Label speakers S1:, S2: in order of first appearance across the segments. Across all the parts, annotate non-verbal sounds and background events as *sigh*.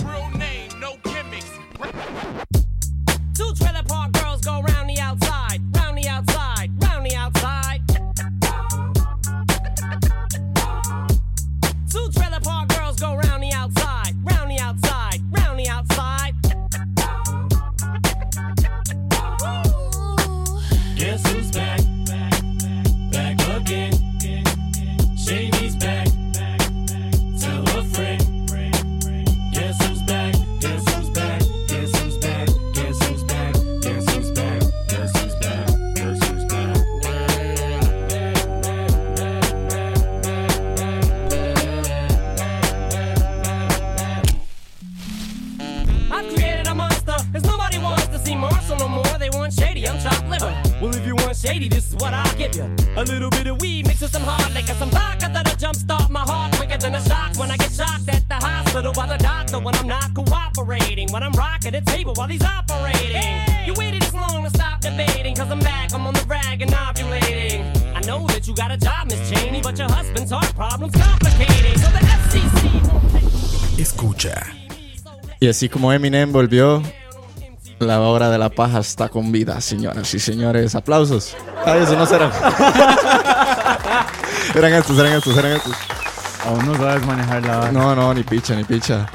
S1: real name, no gimmicks.
S2: Two trailer park girls go round the outside, round the outside, round the outside. Two trailer park girls go round the outside, round the outside, round the outside.
S1: Guess who's back? Back again. Shady's back. Tell a friend. Guess who's back? Guess who's back? Guess who's back? Guess who's back? Guess who's back? Guess who's back? Guess who's back?
S2: I've created a monster, cause nobody wants to see Marshall no more. They want shady, I'm chopped liver. Well, if you want shady, this is what I'll give you. A little bit of weed mixed with some hard liquor, some vodka that'll jumpstart my heart quicker than a shock when I get shocked at the hospital by the doctor when I'm not cooperating. When I'm rocking the table while he's operating. You waited this long to stop debating, cause I'm back, I'm on the rag and ovulating. I know that you got a job, Miss Cheney, but your husband's heart problem's complicating. So the FCC won't let
S3: Escucha.
S2: me, so let
S4: Y así como Eminem volvió, la hora de la paja está con vida, señoras y señores. Aplausos. Ah, eso no será. *laughs* eran estos, eran estos, eran estos.
S5: Aún no sabes manejar la barra.
S4: No, no, ni picha, ni picha.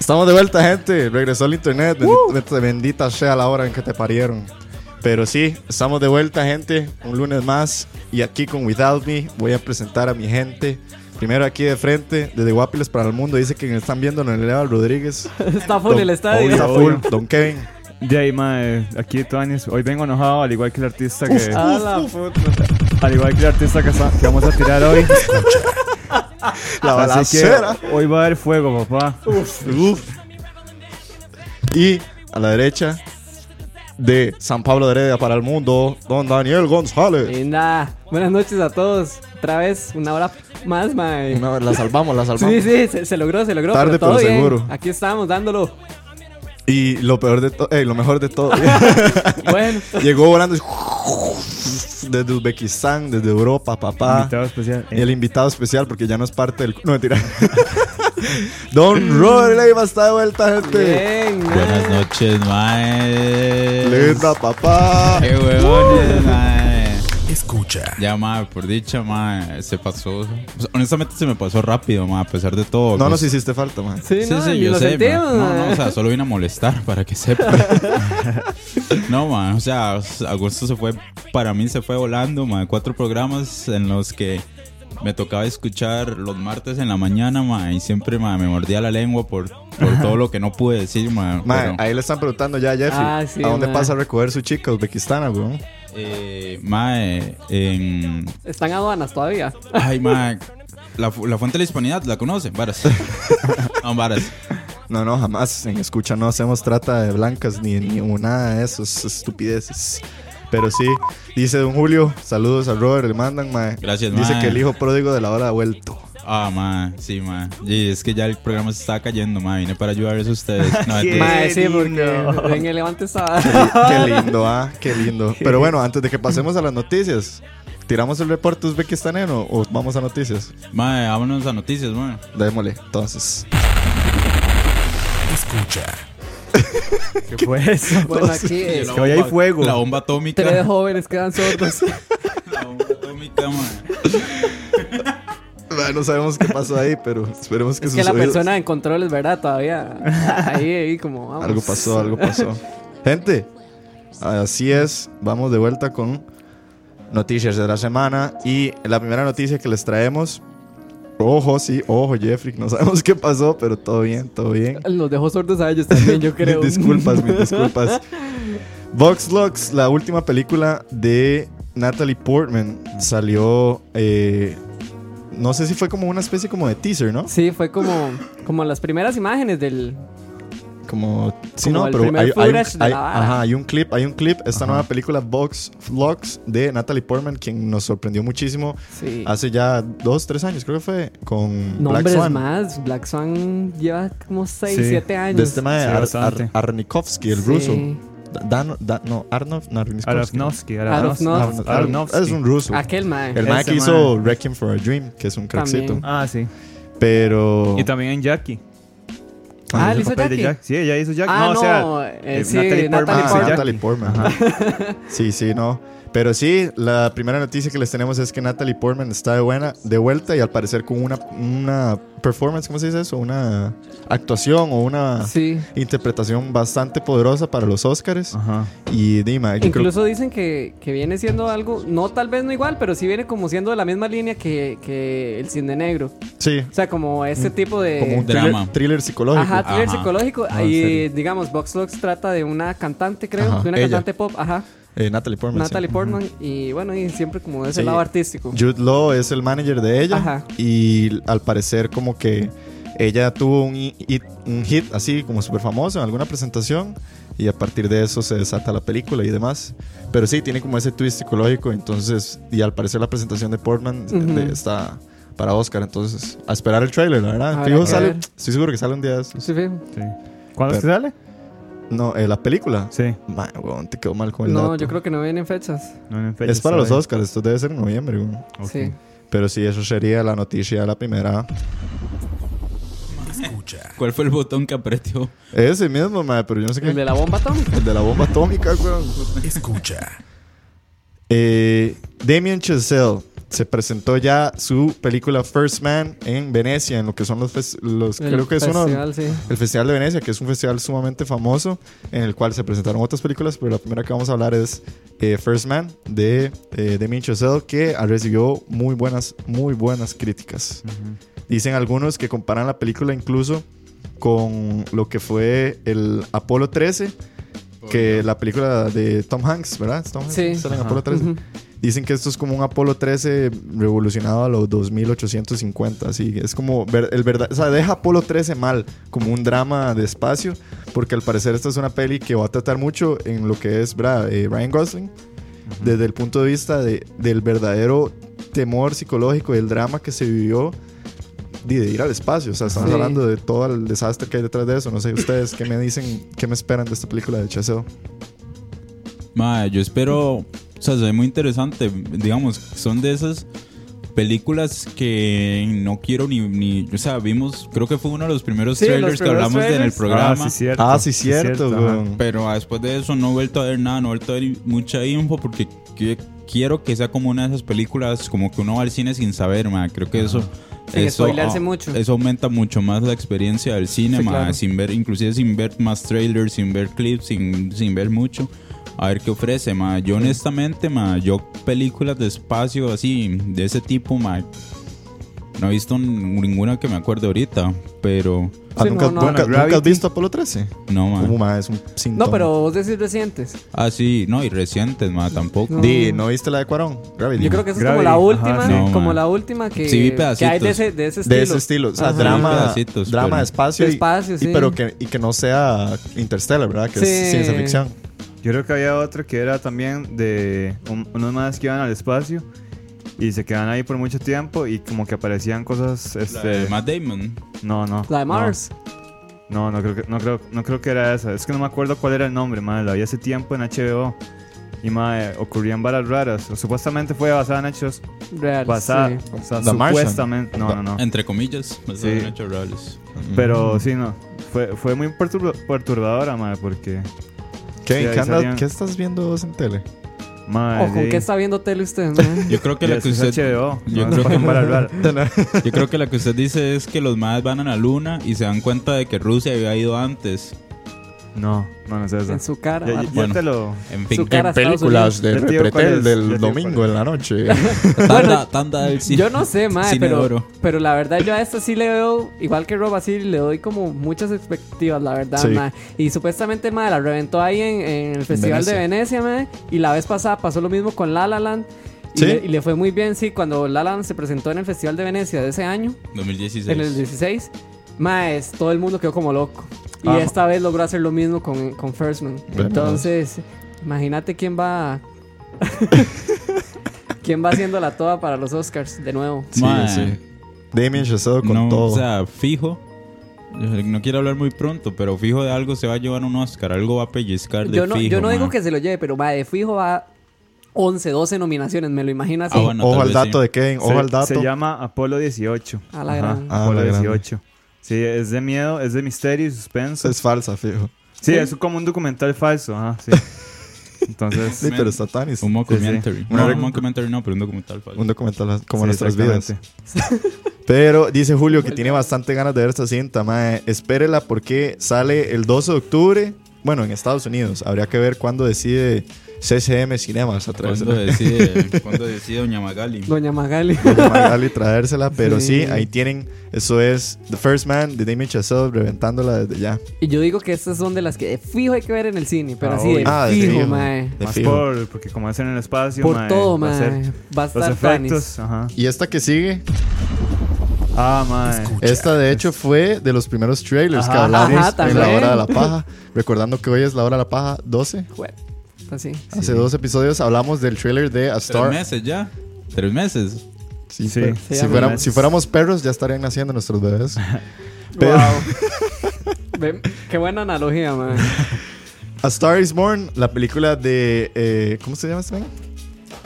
S4: Estamos de vuelta, gente. Regresó el internet.
S6: Uh.
S4: Bendita, bendita sea la hora en que te parieron. Pero sí, estamos de vuelta, gente. Un lunes más. Y aquí con Without Me voy a presentar a mi gente. Primero aquí de frente, desde Guapiles para el Mundo. Dice que están viendo en el Leval Rodríguez.
S6: *laughs* Está full
S4: Don-
S6: el estadio.
S4: Obvio, está
S5: Obvio.
S4: full. Don Kevin.
S5: De ahí, mae, aquí Tuanis. Hoy vengo enojado, al igual que el artista que.
S6: A la puta.
S5: Al igual que el artista que, está- que vamos a tirar hoy.
S4: La
S5: Así que
S4: balacera.
S5: hoy va a haber fuego, papá.
S4: Uf. Y a la derecha de San Pablo de Heredia para el mundo, don Daniel González.
S6: Y nada, buenas noches a todos. Otra vez, una hora más, mae.
S4: Una vez, la salvamos, la salvamos.
S6: Sí, sí, se, se logró, se logró.
S4: Tarde,
S6: todo
S4: pero
S6: bien.
S4: seguro.
S6: Aquí estamos
S4: *laughs*
S6: dándolo.
S4: Y lo peor de todo, lo mejor de
S6: *laughs*
S4: todo, *laughs*
S6: Bueno,
S4: llegó volando desde Uzbekistán, desde Europa, papá.
S5: Invitado especial.
S4: Y el invitado especial, porque ya no es parte del. No, mentira. *laughs* Don Robert Leiva está de vuelta, gente.
S6: bien. mae.
S7: Buenas noches, mae.
S4: Linda, papá.
S7: Qué huevones,
S4: ¡Uh!
S7: mae.
S3: Escucha.
S7: Ya, mae, por dicha, mae, se pasó. Pues, honestamente, se me pasó rápido, mae, a pesar de todo.
S4: No nos
S7: Pues,
S4: hiciste falta, man.
S6: Sí,
S7: Sí,
S6: no,
S7: sí,
S6: ni
S7: yo
S6: lo
S7: sé, mae.
S6: sentimos,
S7: No, no,
S6: mae.
S7: o sea, solo vine a molestar *laughs* para que sepa. no, mae, o sea, agosto se fue, para mí se fue volando, mae. Cuatro programas en los que me tocaba escuchar los martes en la mañana, mae, y siempre, mae, me mordía la lengua por,
S4: *laughs*
S7: por todo lo que no pude decir, mae.
S4: Mae,
S7: pero-
S4: ahí le están preguntando ya a Jeffrey.
S6: Ah, sí,
S4: ¿A dónde
S6: mae.
S4: pasa a recoger su chica uzbekistana, weón?
S7: Eh, mae, en...
S6: Están aduanas todavía.
S7: Ay, mae. La, fu- la fuente de la hispanidad, ¿la conocen? Varas. No, varas.
S4: No, no, jamás. En escucha no hacemos trata de blancas ni, ni nada de esas estupideces. Pero sí, dice Don Julio, saludos a Robert, le mandan, mae.
S7: Gracias,
S4: Dice
S7: mae.
S4: que el hijo pródigo de la hora ha vuelto.
S7: Ah, mae. Sí, mae. Y es que ya el programa se está cayendo, mae. Vine para ayudarles a ustedes. No,
S5: Qué
S7: mentira.
S6: Mae, sí,
S5: lindo.
S6: porque en el
S4: *laughs*
S6: levante estaba.
S4: Qué lindo, ah, qué lindo. Pero bueno, antes de que pasemos a las noticias, ¿tiramos el reporte uzbekistanero o vamos a noticias?
S7: mae, vámonos a noticias, mae.
S4: Démosle, entonces.
S5: ¿Qué fue eso?
S6: *laughs* Bueno, aquí eh,
S5: que hoy hay fuego.
S7: La bomba atómica.
S6: tres jóvenes
S4: *laughs*
S6: quedan sordos.
S7: La bomba atómica, mae.
S4: Mae, No sabemos qué pasó ahí, pero esperemos que
S6: Es que la
S4: sus oídos-
S6: persona en controles, ¿verdad? Todavía. Ahí, ahí, como vamos.
S4: Algo pasó, algo pasó. *laughs* Gente, así es, vamos de vuelta con noticias de la semana y la primera noticia que les traemos Ojo, sí, ojo, Jeffrey. No sabemos qué pasó, pero todo bien, todo bien.
S6: Los dejó sordos a ellos también, yo *laughs*
S4: *laughs*
S6: creo.
S4: Mis disculpas,
S6: *laughs*
S4: mis disculpas. Vox Lux, la última película de Natalie Portman, salió. eh, no sé si fue como una especie como de teaser, ¿no?
S6: Sí, fue como, como las primeras imágenes del...
S4: Como. Sí,
S6: Como
S4: no,
S6: el
S4: pero
S6: primer
S4: hay, hay un,
S6: footage de la
S4: hay-
S6: vara.
S4: ajá, hay un clip, hay un clip. Esta nueva película, Vox Lux, de Natalie Portman, quien nos sorprendió muchísimo
S6: Sí.
S4: hace ya dos, tres años, creo que fue, con Black
S6: Nombres
S4: Swan.
S6: más. Black Swan lleva como 6,
S5: Sí,
S6: 7 años.
S4: De este mae
S5: Sí,
S4: Ar-
S5: bastante.
S4: Ar- Arnikovsky, el
S6: Sí.
S4: ruso. Dan, Dan- no, Arnov, no, Arnikovsky.
S5: Aronofsky.
S6: Aronofsky.
S4: Arno- Arno- Es un ruso.
S6: Aquel Ah, mae.
S4: El mae
S5: Ese
S4: que hizo Wrecking for a Dream, que es un
S6: También.
S4: cracksito.
S5: Ah, sí.
S4: Pero.
S5: Y también en Jackie.
S6: Ah, ¿le
S5: el
S6: hizo
S5: papel de
S6: Jackie?
S5: Jack- Sí, ella hizo Jackie.
S6: Ah,
S5: no,
S6: no.
S5: o sea.
S6: eh,
S5: eh,
S6: sí,
S5: Natalie
S6: Natalie,
S5: Portman.
S4: Ah, sí,
S6: Portman.
S4: Natalie Portman. ajá. *laughs* sí, sí, no. Pero sí, la primera noticia que les tenemos es que Natalie Portman está de, buena, de vuelta y al parecer con una, una performance, ¿cómo se dice eso? Una actuación o una
S6: Sí.
S4: interpretación bastante poderosa para los Oscars.
S5: Ajá.
S4: Y Dima, yo creo-
S6: Incluso dicen que, que viene siendo algo, no tal vez no igual, pero sí viene como siendo de la misma línea que, que el cine negro.
S4: sí,
S6: O sea, como este tipo
S4: Mm.
S6: de...
S4: como un
S7: Drama.
S4: thriller, thriller psicológico.
S6: Ajá, thriller
S7: Ajá.
S6: psicológico.
S5: Ah,
S6: y
S5: en serio.
S6: digamos, Vox Lux trata de una cantante, creo,
S4: Ajá,
S6: de una
S4: ella.
S6: cantante pop, ajá,
S4: Eh, Natalie Portman. sí.
S6: Natalie Portman. Y bueno, y siempre como de ese
S4: Sí.
S6: lado artístico.
S4: Jude Law es el manager de ella
S6: Ajá.
S4: y al parecer como que ella tuvo un, hi- hit- un hit así como súper famoso en alguna presentación y a partir de eso se desata la película y demás. Pero sí, tiene como ese twist psicológico, entonces, y al parecer la presentación de Portman eh,
S6: Ujú.
S4: de- está para Oscar, entonces, a esperar el trailer, la verdad.
S6: Habrá
S4: Fijo
S6: que
S4: sale-
S6: ver.
S4: estoy seguro que sale un día de estos.
S6: Sí, fijo.
S5: Sí. ¿Cuándo es que sale?
S4: No, eh, la película.
S5: Sí.
S4: Ma, weón, te quedó mal con el
S6: No,
S4: dato.
S6: yo creo eh. que no vienen fechas.
S5: No, no, en fecha
S4: Es para los
S5: todavía.
S4: Oscars, esto debe ser en noviembre. weón.
S5: Ok.
S6: Sí.
S4: Pero sí, eso sería la noticia, la primera
S7: ¿Cuál fue el botón que apretó?
S4: Ese mismo, madre, pero yo no sé qué.
S6: El de la bomba atómica.
S4: El de la bomba atómica, weón.
S3: Escucha.
S4: Eh, Damien Chazelle se presentó ya su película First Man en Venecia, en lo que son los. fes- los
S6: El
S4: creo que es uno.
S6: festival, sí.
S4: El Festival de Venecia, que es un festival sumamente famoso, en el cual se presentaron otras películas, pero la primera que vamos a hablar es eh, First Man de eh, Damien Chazelle, que recibió muy buenas, muy buenas críticas. Dicen algunos que comparan la película incluso con lo que fue el Apolo 13, que la película de Tom Hanks, ¿verdad? Tom Hanks
S6: Sí.
S4: sale en
S5: Ajá.
S4: Apolo 13.
S6: Ujú.
S4: Dicen que esto es como un Apolo 13 revolucionado a los 2850, así es como ver- el verdad, o sea, deja Apolo 13 mal como un drama de espacio, porque al parecer esta es una peli que va a tratar mucho en lo que es ¿verdad? Eh, Ryan Gosling desde el punto de vista de- del verdadero temor psicológico y el drama que se vivió de, de ir al espacio, o sea, estamos
S6: Sí.
S4: hablando de todo el desastre que hay detrás de eso, no sé ustedes qué me dicen, qué me esperan de esta película de Chazelle.
S7: Ma, yo espero, o sea, se ve muy interesante, digamos, son de esas películas que no quiero ni, ni, o sea, vimos, creo que fue uno de los primeros
S6: Sí, los
S7: trailers que
S6: primeros
S7: hablamos de en el
S6: trailers.
S7: programa,
S5: Ah, sí, cierto.
S4: Ah, sí, cierto,
S5: ajá.
S4: weón.
S7: pero ah, después de eso no he vuelto a ver nada, no he vuelto a ver mucha info porque que- quiero que sea como una de esas películas como que uno va al cine sin saber, ma, creo que eso...
S6: Sin
S7: eso,
S6: spoilearse
S7: ah,
S6: mucho.
S7: Eso aumenta mucho más la experiencia del cine,
S6: Sí,
S7: ma,
S6: claro.
S7: sin ver, inclusive sin ver más trailers, sin ver clips, sin, sin ver mucho. A ver qué ofrece, ma. Yo honestamente, ma, yo películas de espacio así, de ese tipo, ma, no he visto n- ninguna que me acuerde ahorita, pero
S4: Ah,
S6: Sí,
S4: ¿nunca,
S6: no, no.
S4: nunca-
S5: Bueno,
S4: nunca has
S5: Gravity.
S4: visto Apolo 13?
S7: no, ma.
S4: Como, ma, es un síntoma.
S6: No, pero vos decís recientes.
S7: Ah, sí, no, y recientes, ma, tampoco.
S6: No.
S4: Di, ¿no viste la de Cuarón? Gravity.
S6: mm, Yo creo que esa es
S5: Gravity.
S6: como la
S5: Ajá,
S6: última,
S5: sí.
S7: No,
S6: como
S7: man.
S6: la última que,
S7: Sí, vi
S6: que hay de
S7: pedacitos.
S6: ese, de ese estilo.
S4: de ese estilo, o sea,
S6: Ajá.
S7: Sí,
S4: drama,
S7: pedacitos,
S4: drama
S7: pero-
S4: de espacio, y-
S6: Espacio,
S4: y,
S6: sí.
S4: pero que, y que no sea Interstellar, ¿verdad? Que es
S6: Sí.
S4: ciencia ficción.
S5: Yo creo que había otro que era también de un- unos más que iban al espacio y se quedan ahí por mucho tiempo y como que aparecían cosas
S7: La
S5: este
S7: de Matt Damon.
S5: no no
S6: La de
S5: no.
S6: Mars.
S5: no no creo que no creo no creo que era esa es que no me acuerdo cuál era el nombre madre la vi hace tiempo en HBO y madre ocurrían varas raras supuestamente fue basada en hechos
S6: Real.
S5: basada
S6: sí.
S5: o sea,
S4: The Martian.
S5: supuestamente no no no
S7: Entre comillas, pues, basado
S5: Sí.
S7: en hechos reales.
S5: pero sí no fue, fue muy perturba- perturbadora madre porque
S4: ¿Qué, Mm.
S5: Sí,
S4: ¿qué,
S5: ahí
S4: andas-
S5: salían.
S4: qué estás viendo vos en
S6: *laughs*
S4: tele?
S5: madre
S6: O con
S5: sí.
S6: qué está viendo tele
S7: *laughs*
S6: usted, man?
S7: Yo creo que
S5: Y
S7: la
S5: es-
S7: que
S5: es
S7: usted.
S5: HBO,
S7: yo
S5: no,
S7: creo
S5: es
S7: que-
S5: para hablar.
S7: *laughs* Yo creo que la que usted dice es que los más van a la luna y se dan cuenta de que Rusia había ido antes.
S5: No, no, no es esa.
S6: En su cara.
S5: Ya, ya- ya
S7: Bueno.
S5: te lo.
S7: En
S6: Su
S7: fin,
S6: cara a
S4: En
S6: Estados
S4: películas de
S5: Unidos. Ya te digo cuál
S4: Repretel
S5: es, ya te
S4: del
S5: digo
S4: domingo
S5: cuál
S4: en la noche. *laughs*
S6: *laughs*
S7: tanda, tanda del cine.
S6: Yo no
S7: *laughs*
S6: sé, mae,
S7: Cine de
S6: pero,
S7: oro.
S6: pero la verdad yo a esta sí le veo, igual que Rob, así le doy como muchas expectativas, la verdad,
S4: Sí.
S6: mae. Y supuestamente, mae, la reventó ahí en, en el Festival de Venecia, mae. Y la vez pasada pasó lo mismo con La La Land. Y,
S4: ¿Sí?
S6: le, y le fue muy bien, sí, cuando La La Land se presentó en el Festival de Venecia de ese año,
S7: 2016.
S6: en el 16, mae, es- todo el mundo quedó como loco. Y
S5: Ah.
S6: esta vez logró hacer lo mismo con, con First Man.
S4: Bueno.
S6: Entonces, imagínate quién va... a- ¿Quién va haciendo la toda para los Oscars de nuevo?
S4: Sí,
S7: Mae,
S4: sí. Damien Chazelle con
S7: no,
S4: todo.
S7: O sea, fijo. No quiero hablar muy pronto, pero fijo de algo se va a llevar un Oscar. Algo va a pellizcar de
S6: Yo no,
S7: fijo.
S6: yo no digo
S7: mae.
S6: que se lo lleve, pero va de fijo va 11, 12 nominaciones, me lo imagino así.
S7: Ah, bueno,
S4: ojo
S7: tal
S4: al
S7: vez
S4: dato
S7: sí.
S4: de Kevin, ojo
S5: se,
S4: al dato.
S5: se llama Apolo 18.
S6: A la gran.
S4: Ah,
S5: Apolo
S4: la gran.
S5: 18. Sí, es de miedo, es de misterio y
S4: Eso
S5: suspenso.
S4: es falsa, fijo.
S5: Sí, es como un documental falso. Ajá,
S4: *laughs*
S5: sí. Entonces.
S4: Sí, pero está tan
S7: Un mockumentary.
S4: Una
S7: No,
S4: rec-
S7: un mockumentary no, pero un documental. falso.
S4: Un documental como
S5: sí,
S4: nuestras vidas.
S5: exactamente.
S4: Pero dice Julio que tiene bastante ganas de ver esta cinta, mae. Espérela porque sale el 12 de octubre. Bueno, en Estados Unidos. Habría que ver cuándo decide CCM Cinemas a través *laughs*
S7: ¿Cuándo
S4: de
S7: decide, ¿Cuándo decide
S6: *laughs*
S7: Doña Magali?
S6: Doña Magali.
S4: Magali traérsela. Pero sí.
S6: Sí.
S4: ahí tienen. Eso es The First Man de Damien Chazelle reventándola desde ya.
S6: y yo digo que estas son de las que de fijo hay que ver en el cine, pero
S5: Ah,
S6: así de
S5: obvio.
S4: Ah, de
S6: fijo,
S4: fijo.
S6: mae.
S4: De
S5: Más
S4: fijo.
S5: por, porque como es en el espacio.
S6: Por
S5: mae,
S6: todo,
S5: va a ser
S6: mae. Va a
S5: Los
S6: estar Fanis.
S5: efectos. Ajá.
S4: Y esta que sigue,
S5: Ah, mae.
S4: esta de hecho fue de los primeros trailers que
S5: Ajá,
S4: hablamos
S6: ajá,
S4: en
S6: también.
S4: la hora de la paja. Recordando que hoy es la hora de la paja 12.
S6: Bueno, pues Así.
S4: Hace dos episodios hablamos del trailer de A
S7: Tres
S4: Star.
S7: meses ya. Tres meses.
S4: Sí,
S5: Sí.
S4: pero-
S5: Se
S4: si,
S6: llama
S4: fuéramos-
S5: Mes.
S4: si fuéramos perros, ya estarían naciendo nuestros
S5: *laughs*
S4: bebés. Pero-
S6: Wow. *laughs* Ven, qué buena analogía, mae.
S4: A Star is Born, la película de. eh, ¿Cómo se llama este man?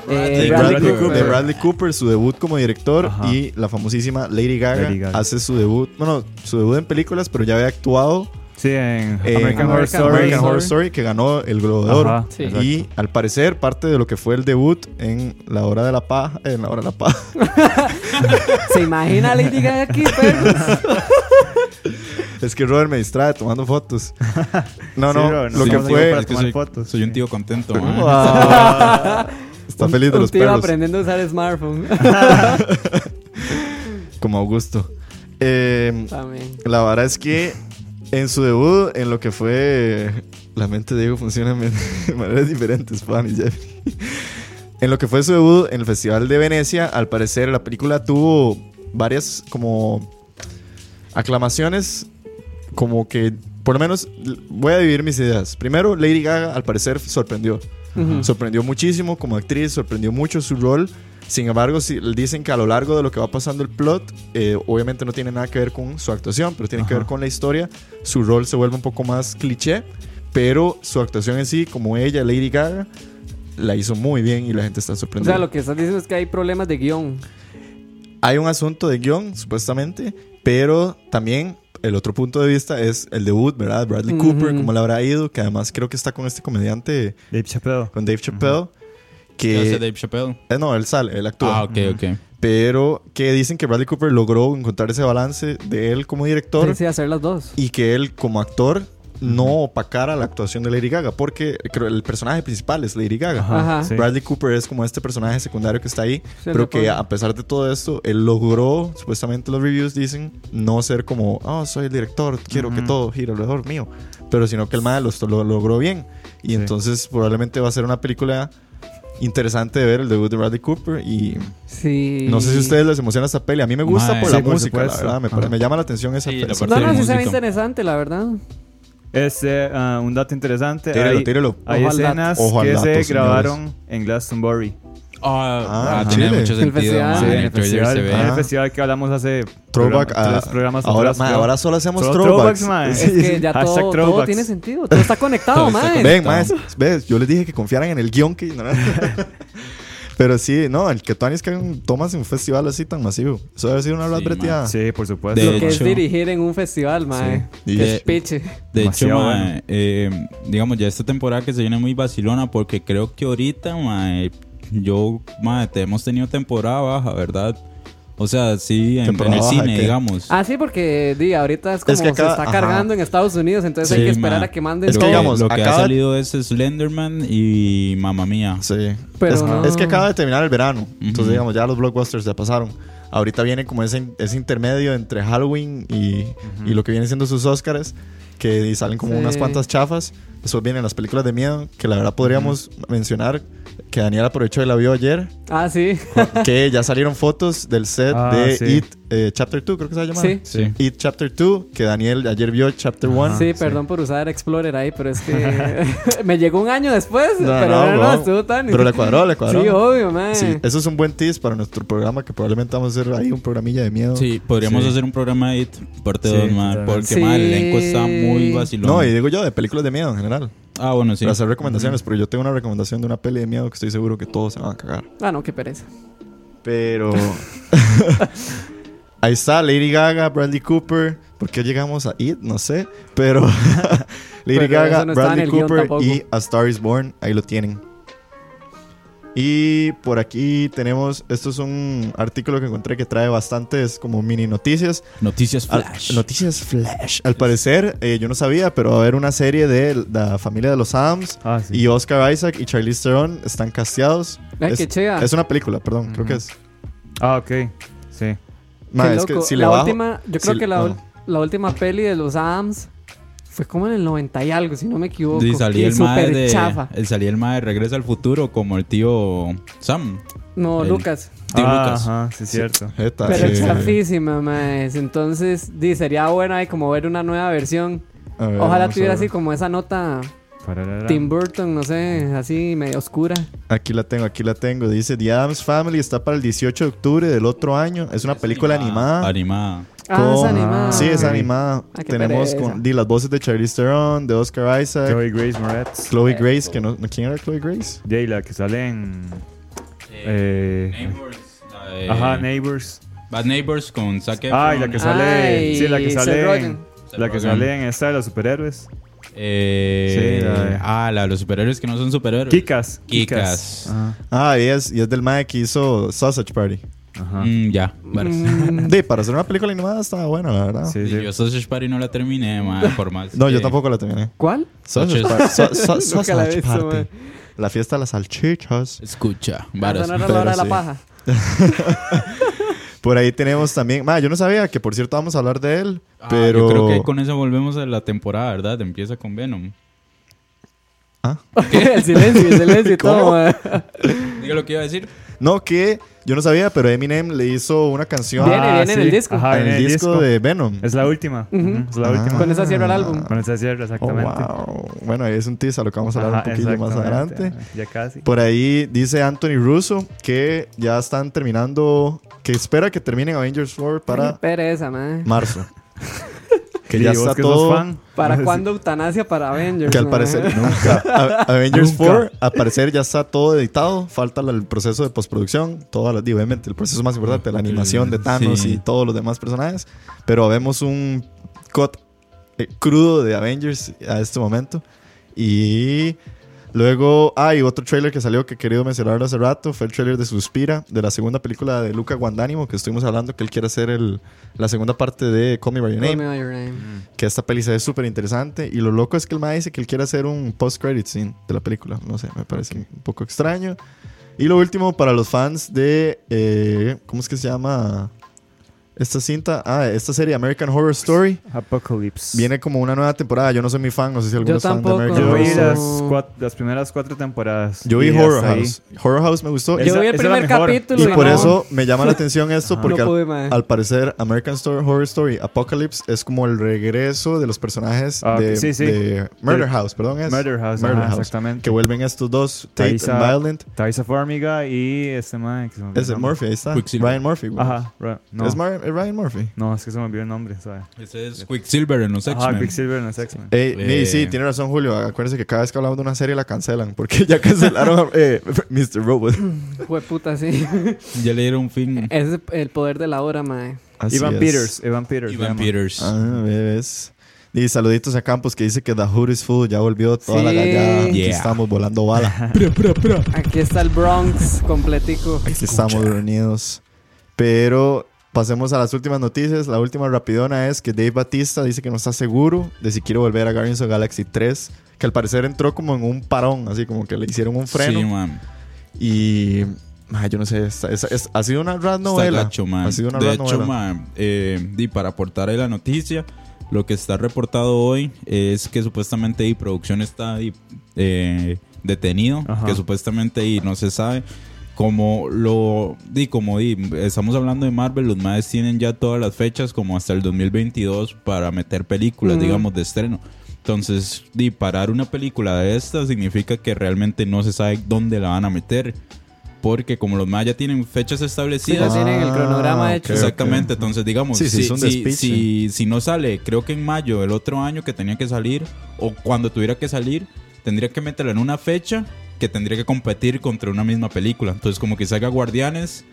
S6: Eh,
S7: De
S6: Bradley
S7: Bradley
S6: Cooper.
S4: De Bradley Cooper, su debut como director.
S5: Ajá.
S4: Y la famosísima Lady Gaga,
S5: Lady Gaga.
S4: hace su debut. Bueno, su debut en películas, pero ya había actuado
S5: Sí, en
S4: en
S5: American Horror
S6: American-
S5: Story.
S4: American Horror Story, que ganó el Globo de
S5: Ajá,
S4: Oro.
S6: Sí.
S5: exacto.
S4: Y al parecer, parte de lo que fue el debut en La Hora de la Paja. En La Hora de la Paja. *laughs*
S6: ¿Se imagina Lady Gaga aquí, perros?
S4: es que Robert me distrae tomando
S5: *laughs*
S4: fotos. No,
S5: Sí,
S4: no,
S5: Robert,
S4: lo
S5: sí,
S4: que
S5: no,
S4: fue.
S5: para
S7: Es que
S5: tomar
S7: soy,
S5: fotos,
S7: soy un
S5: sí.
S7: tío contento, mae.
S4: Ah.
S6: *laughs*
S4: Está feliz de
S6: Un
S4: los
S6: tío
S4: perros.
S6: aprendiendo a usar
S4: *laughs*
S6: smartphone.
S4: Como Augusto. Eh,
S6: También.
S4: la verdad es que en su debut, en lo que fue. La mente de Diego funciona de de *laughs* maneras diferentes, Juan y Jeff. En lo que fue su debut en el Festival de Venecia, al parecer la película tuvo varias como aclamaciones, como que por lo menos l- voy a dividir mis ideas. Primero, Lady Gaga al parecer sorprendió.
S6: Ujú.
S4: Sorprendió muchísimo como actriz, sorprendió mucho su rol. Sin embargo, si dicen que a lo largo de lo que va pasando el plot, eh, obviamente no tiene nada que ver con su actuación, pero tiene que
S5: Ajá.
S4: ver con la historia. Su rol se vuelve un poco más cliché, pero su actuación en sí, como ella, Lady Gaga, la hizo muy bien y la gente está
S6: O
S4: sorprendida.
S6: sea, lo que estás diciendo es que hay problemas de guión.
S4: Hay un asunto de guión, supuestamente, pero también el otro punto de vista es el debut, ¿verdad? Bradley
S6: Ujú.
S4: Cooper, cómo le habrá ido, que además creo que está con este comediante,
S5: Dave Chappelle.
S4: con Dave Chappelle,
S7: ¿Qué hace
S4: que...
S7: Dave Chappelle?
S4: eh, no, él sale, él actúa.
S7: Ah, ok, ok.
S4: pero que dicen que Bradley Cooper logró encontrar ese balance de él como director
S6: Sí, sí, hacer las dos.
S4: y que él como actor no opacara la actuación de Lady Gaga, porque creo el personaje principal es Lady Gaga.
S6: Ajá.
S5: sí.
S4: Bradley Cooper es como este personaje secundario que está ahí,
S6: Sí,
S4: pero
S6: el de
S4: que
S6: Paul.
S4: a pesar de todo esto, él logró, supuestamente los reviews dicen, no ser como, oh, soy el director, quiero que
S5: Ujú.
S4: todo gire alrededor mío, pero sino que el mal lo, lo logró bien. Y
S5: Sí.
S4: entonces probablemente va a ser una película interesante de ver, el debut de Bradley Cooper y...
S6: Sí.
S4: No sé si a ustedes les emociona esta peli. A mí me gusta
S7: Mae.
S4: por
S7: Sí,
S4: la
S5: por
S4: música, la
S5: supuesto.
S4: verdad. Me, pare- me llama la atención esa
S7: Sí,
S4: peli.
S7: la
S6: No,
S7: parte-
S6: no,
S7: Sí,
S6: sí se ve
S7: música.
S6: interesante, la verdad.
S5: Este, ah, un dato interesante.
S4: Tírelo,
S5: hay,
S4: tírelo.
S5: hay
S6: Ojo al
S5: escenas
S4: dato. Ojo al
S5: que
S4: dato,
S5: se
S4: señores.
S5: grabaron en Glastonbury.
S4: Ah,
S7: Ah, ah,
S4: en
S7: tiene
S4: Chile.
S7: mucho
S6: El
S7: sentido.
S6: festival.
S7: mae,
S6: Sí,
S7: Ah, en
S5: en
S7: el
S5: el
S7: trailer
S5: festival,
S7: se ve.
S5: en el
S4: Ah.
S5: festival que hablamos hace
S4: Throwback
S5: programa-
S4: a-
S5: tres programas
S4: ahora,
S5: atrás,
S4: mae,
S5: creo.
S4: ahora solo hacemos
S5: Solo
S4: throwbacks.
S5: throwbacks, mae.
S4: Ah, Sí. *laughs*
S6: Es que ya
S5: Hashtag
S6: todo, todo
S5: throwbacks.
S6: tiene sentido. Todo está conectado,
S7: Todo está
S6: mae.
S7: conectado.
S4: Ven, más. Ves, yo les dije que confiaran en el guión que... no, *laughs* no. Pero sí, no, el que tú es que hagan tomas en un festival así tan masivo. Eso debe ser una
S7: Sí,
S4: verdad breteada.
S5: Sí, por supuesto.
S7: De
S6: Lo que es
S7: hecho.
S6: dirigir en un festival, mae.
S4: Y-
S6: Que es
S7: Eh,
S6: piche.
S7: De hecho,
S5: Demasiado
S7: mae,
S5: bueno.
S7: eh, digamos, ya esta temporada que se viene muy vacilona porque eh, creo que ahorita, mae, yo, mae, te hemos tenido temporada baja, ¿verdad? O sea, sí, en, en
S4: Temporada
S7: el
S4: baja,
S7: cine,
S4: ¿qué?
S7: digamos.
S6: Ah, sí, porque di, ahorita es como
S4: que acá-
S6: se está
S4: ajá.
S6: cargando en Estados Unidos, entonces
S7: Sí,
S6: pues hay que esperar
S7: ma.
S6: a que manden
S4: Es que
S7: Lo
S6: todo.
S4: digamos-
S7: lo que ha
S4: acaba-
S7: salido es Slenderman y Mamma Mía.
S4: Sí.
S6: Pero
S4: es,
S6: no.
S4: es que acaba de terminar el verano.
S7: Ujú.
S4: Entonces, digamos, ya los blockbusters ya pasaron. Ahorita viene como ese, ese intermedio entre Halloween y, y lo que vienen siendo sus Oscars, que y salen como
S6: Sí.
S4: unas cuantas chafas. Después vienen las películas de miedo, que la verdad podríamos mencionar que Daniel aprovechó y la vio ayer,
S6: Ah, sí.
S4: que ya salieron fotos del set
S5: Ah,
S4: de
S5: sí.
S4: It eh, Chapter 2, creo que se llama.
S6: Sí.
S7: Sí.
S4: It Chapter 2, que Daniel ayer vio Chapter 1.
S6: sí, perdón por usar Explorer ahí, pero es que *laughs* me llegó un año después, pero no, no,
S4: wow.
S6: estuvo tan...
S4: Pero le cuadró, le cuadró.
S6: Sí, obvio, man.
S4: Sí, eso es un buen tease para nuestro programa que probablemente vamos a hacer ahí un programilla de miedo.
S7: Sí, podríamos
S5: Sí.
S7: hacer un programa de IT, parte
S5: Sí,
S7: 2, madre,
S5: totalmente.
S7: porque
S6: Sí.
S7: madre, el elenco está muy vacilón.
S4: No, y digo yo, de películas de miedo en general.
S7: Ah, bueno, sí.
S4: Para hacer recomendaciones, porque yo tengo una recomendación de una peli de miedo que estoy seguro que todos se van a cagar.
S6: Ah, no, qué pereza. *laughs*
S4: Pero. Ahí está Lady Gaga, Bradley Cooper. ¿Por qué llegamos a It? No sé. Pero.
S6: *laughs*
S4: Lady
S6: Pero
S4: Gaga,
S6: eso no estaba en
S4: Bradley
S6: el guión
S4: Cooper
S6: tampoco.
S4: y A Star is Born. Ahí lo tienen. Y por aquí tenemos. Esto es un artículo que encontré que trae bastantes como mini noticias.
S7: Noticias
S4: Al-
S7: Flash.
S4: noticias Flash. Al parecer, eh, yo no sabía, pero va a haber una serie de la familia de los Adams.
S5: Ah, sí.
S4: Y Oscar Isaac y Charlize Theron están casteados.
S6: Ay,
S4: es,
S6: qué chea.
S4: es una película, perdón, creo que es.
S5: Ah, ok. Sí.
S4: Ma,
S6: Qué
S4: es que
S6: loco.
S4: si le
S6: la
S4: bajo-
S6: última, yo creo
S4: si-
S6: que la,
S4: no.
S6: ul- la última peli de los Adams fue como en el 90 y algo, si no me equivoco.
S7: Y salía
S6: Y
S7: el mae
S6: súper
S7: de.
S6: chafa.
S7: El salía el mae de Regresa al Futuro como el tío Sam.
S6: No,
S7: el-
S6: Lucas.
S7: Tío
S5: Ah,
S7: Lucas.
S5: Ajá, sí, cierto.
S4: Jeta,
S6: Pero
S4: Ah, sí.
S6: chafísima, maes. Entonces, di, sería bueno ahí como ver una nueva versión.
S4: A ver,
S6: Ojalá
S4: vamos
S6: tuviera
S4: a ver.
S6: así como esa nota
S5: Pararara.
S6: Tim Burton, no sé, así medio oscura.
S4: Aquí la tengo, aquí la tengo. Dice The Adams Family está para el 18 de octubre del otro año. Es una película animada.
S7: Ah, Animada.
S6: Ah, es
S4: con-
S6: animada.
S4: Sí, es
S5: ok.
S4: animada.
S6: Ah, qué
S4: Tenemos
S6: pereza.
S4: con, di, las voces de Charlize Theron, de Oscar Isaac,
S5: Chloe Grace Moretz.
S4: Chloe Grace, que no, ¿quién era Chloe Grace?
S5: Jayla, que sale en. Eh, ajá, Neighbors.
S7: Bad Neighbors con Zac Efron.
S5: Ah, y la que sale.
S6: Ay,
S5: sí, la que
S6: Seth
S5: sale. en-
S6: Rogen.
S5: la que
S7: Rogen.
S5: sale en esta de los superhéroes.
S7: Eh,
S5: Sí, la de-
S7: Ah, la de los superhéroes que no son superhéroes.
S5: Kikas.
S7: Kikas.
S5: Ajá.
S4: Ah, y es, y es del Mike que hizo Sausage Party.
S5: Ajá.
S7: Mm, ya, verga. *laughs*
S6: Mm,
S4: Di, para hacer una película animada estaba buena, la verdad.
S5: Sí,
S7: Y
S5: sí.
S7: Yo Sausage Party no la terminé, madre, por más.
S4: No, yo
S7: que-
S4: tampoco la terminé.
S6: ¿Cuál?
S4: Sausage
S7: Sausage.
S4: Party. Sa- sa- *laughs*
S6: Nunca la he
S4: Sausage
S6: visto,
S4: Party.
S6: man.
S4: La fiesta de las salchichas.
S7: Escucha,
S6: Esa
S7: varas.
S6: no era la hora de
S4: sí.
S6: la *laughs* paja.
S4: Por ahí tenemos también. Ma, yo no sabía que por cierto vamos a hablar de él.
S7: Ah,
S4: pero.
S7: Yo creo que con eso volvemos a la temporada, ¿verdad? Empieza con Venom.
S6: el silencio, el silencio y
S4: ¿Cómo?
S6: todo, maes.
S7: Diga lo que iba a decir.
S4: No, que yo no sabía, pero Eminem le hizo una canción
S6: Viene,
S5: Ah,
S6: viene en
S5: sí.
S6: el disco.
S5: Ajá,
S4: en el disco de Ah. Venom.
S5: Es la última. Ujú, Es la última.
S6: Con esa cierra el álbum.
S5: Con esa cierre,
S4: Oh,
S5: exactamente.
S4: wow. Bueno, ahí es un teaser, lo que vamos a hablar
S5: Ajá,
S4: un poquillo más
S5: exactamente.
S4: adelante.
S5: Ajá, Ya casi.
S4: Por ahí dice Anthony Russo que ya están terminando. Que espera que terminen Avengers 4 para
S6: *laughs* Qué pereza, mae.
S4: marzo. que
S5: Sí,
S4: ya
S5: vos
S4: está
S5: que sos
S4: todo.
S5: fan.
S6: ¿Para cuándo eutanasia para Avengers?
S4: Que al
S6: mae?
S4: parecer nunca. A- Avengers
S5: Nunca.
S4: 4, al parecer ya está todo editado. Falta la- el proceso de postproducción. Todo, la- digo, obviamente, el proceso más importante, la animación de Thanos
S7: Sí.
S4: y todos los demás personajes. Pero vemos un cut eh, crudo de Avengers a este momento. Y luego hay otro trailer que salió que he querido mencionar hace rato. Fue el trailer de Suspira, de la segunda película de Luca Guandánimo, que estuvimos hablando que él quiere hacer el, la segunda parte de Call Me By Your
S6: Call
S4: Name
S6: me by your name.
S4: que esta peli se ve súper interesante. Y lo loco es que el mae dice que él quiere hacer un post-credit scene de la película. No sé, me parece un poco extraño. Y lo último, para los fans de. eh, ¿Cómo es que se llama? Esta cinta. Ah, esta serie American Horror Story.
S5: Apocalypse.
S4: Viene como una nueva temporada. Yo no soy mi fan, no sé si alguno es fan de
S6: tampoco.
S4: American
S5: Yo
S4: Horror
S5: vi
S6: Yo-
S5: las,
S4: Story.
S5: cuat- las primeras cuatro temporadas.
S4: Yo vi
S5: y
S4: Horror
S5: hasta ahí.
S4: House. Horror House me gustó.
S5: Esa-
S6: Yo vi el
S5: esa es la
S6: primer
S5: mejor.
S6: capítulo.
S4: Y
S6: no.
S4: por eso me llama la atención esto, porque
S6: No
S4: al-
S6: pude, mae.
S4: al, parecer American Stor- Horror Story Apocalypse es como el regreso de los personajes
S5: Ah, ok.
S4: de,
S5: Sí, sí.
S4: de Murder
S5: Del-
S4: House, perdón. Es
S5: Murder House, ajá, exactamente.
S4: Que vuelven estos dos, Tate
S5: Taisa-
S4: and Violent.
S5: Thaisa Farmiga y este man. que se me olvidó
S4: Es el
S5: nombre.
S4: Murphy, ahí está.
S7: Quicksilver.
S4: Ryan Murphy. güey.
S5: Ajá, ra- no.
S4: Es Mar- eh, Ryan Murphy.
S5: no, es que se me olvidó el nombre, ¿sabes?
S7: Ese es Quicksilver en los
S5: Ajá,
S7: X-Men.
S5: Quicksilver en los X-Men.
S4: Ey,
S7: Eh.
S4: y sí, tiene razón Julio. Acuérdense que cada vez que hablamos de una serie la cancelan. Porque *laughs* ya cancelaron eh, *laughs* Mr. Robot.
S6: Fue puta, sí. *laughs*
S7: Ya le
S4: *laughs*
S7: dieron fin.
S6: Ese es el poder de la hora, mae.
S4: Así
S5: Ivan
S4: es.
S5: Peters, Ivan Peters.
S7: Ivan
S5: se llama.
S7: Peters.
S4: Ah, ves. Y saluditos a Campos que dice que The Hood is Food ya volvió toda la
S6: Sí.
S4: gallada. Aquí
S7: Yeah.
S4: estamos volando
S7: *laughs*
S4: bala.
S6: Aquí está el Bronx completico.
S4: Aquí estamos reunidos. Pero Pasemos a las últimas noticias. La última rapidona es que Dave Batista dice que no está seguro de si quiere volver a Guardians of the Galaxy 3, que al parecer entró como en un parón, así como que le hicieron un freno.
S7: Sí, man.
S4: Y. ma, yo no sé, esta- esa- es- ha sido una rad
S7: Está
S4: novela.
S7: gacho, man.
S4: Ha sido una
S7: De
S4: rad
S7: hecho,
S4: novela.
S7: man, eh, y para aportar ahí la noticia, lo que está reportado hoy es que supuestamente y producción está y, eh, detenido,
S5: Ajá.
S7: que supuestamente y no se sabe. Como lo di, como di, estamos hablando de Marvel, los madres tienen ya todas las fechas como hasta el 2022 para meter películas,
S6: Ujú.
S7: digamos, de estreno. Entonces, di, parar una película de esta significa que realmente no se sabe dónde la van a meter. Porque como los madres ya tienen fechas
S6: Sí, ya
S7: establecidas,
S6: tienen el cronograma
S4: Ah,
S6: hecho.
S4: ok.
S7: Exactamente, entonces digamos,
S4: Sí, sí,
S7: si,
S4: es un
S7: si-
S4: despiche.
S7: si- si no sale, creo que en mayo del otro año que tenía que salir, o cuando tuviera que salir, tendría que meterla en una fecha que tendría que competir contra una misma película. Entonces como que salga Guardianes,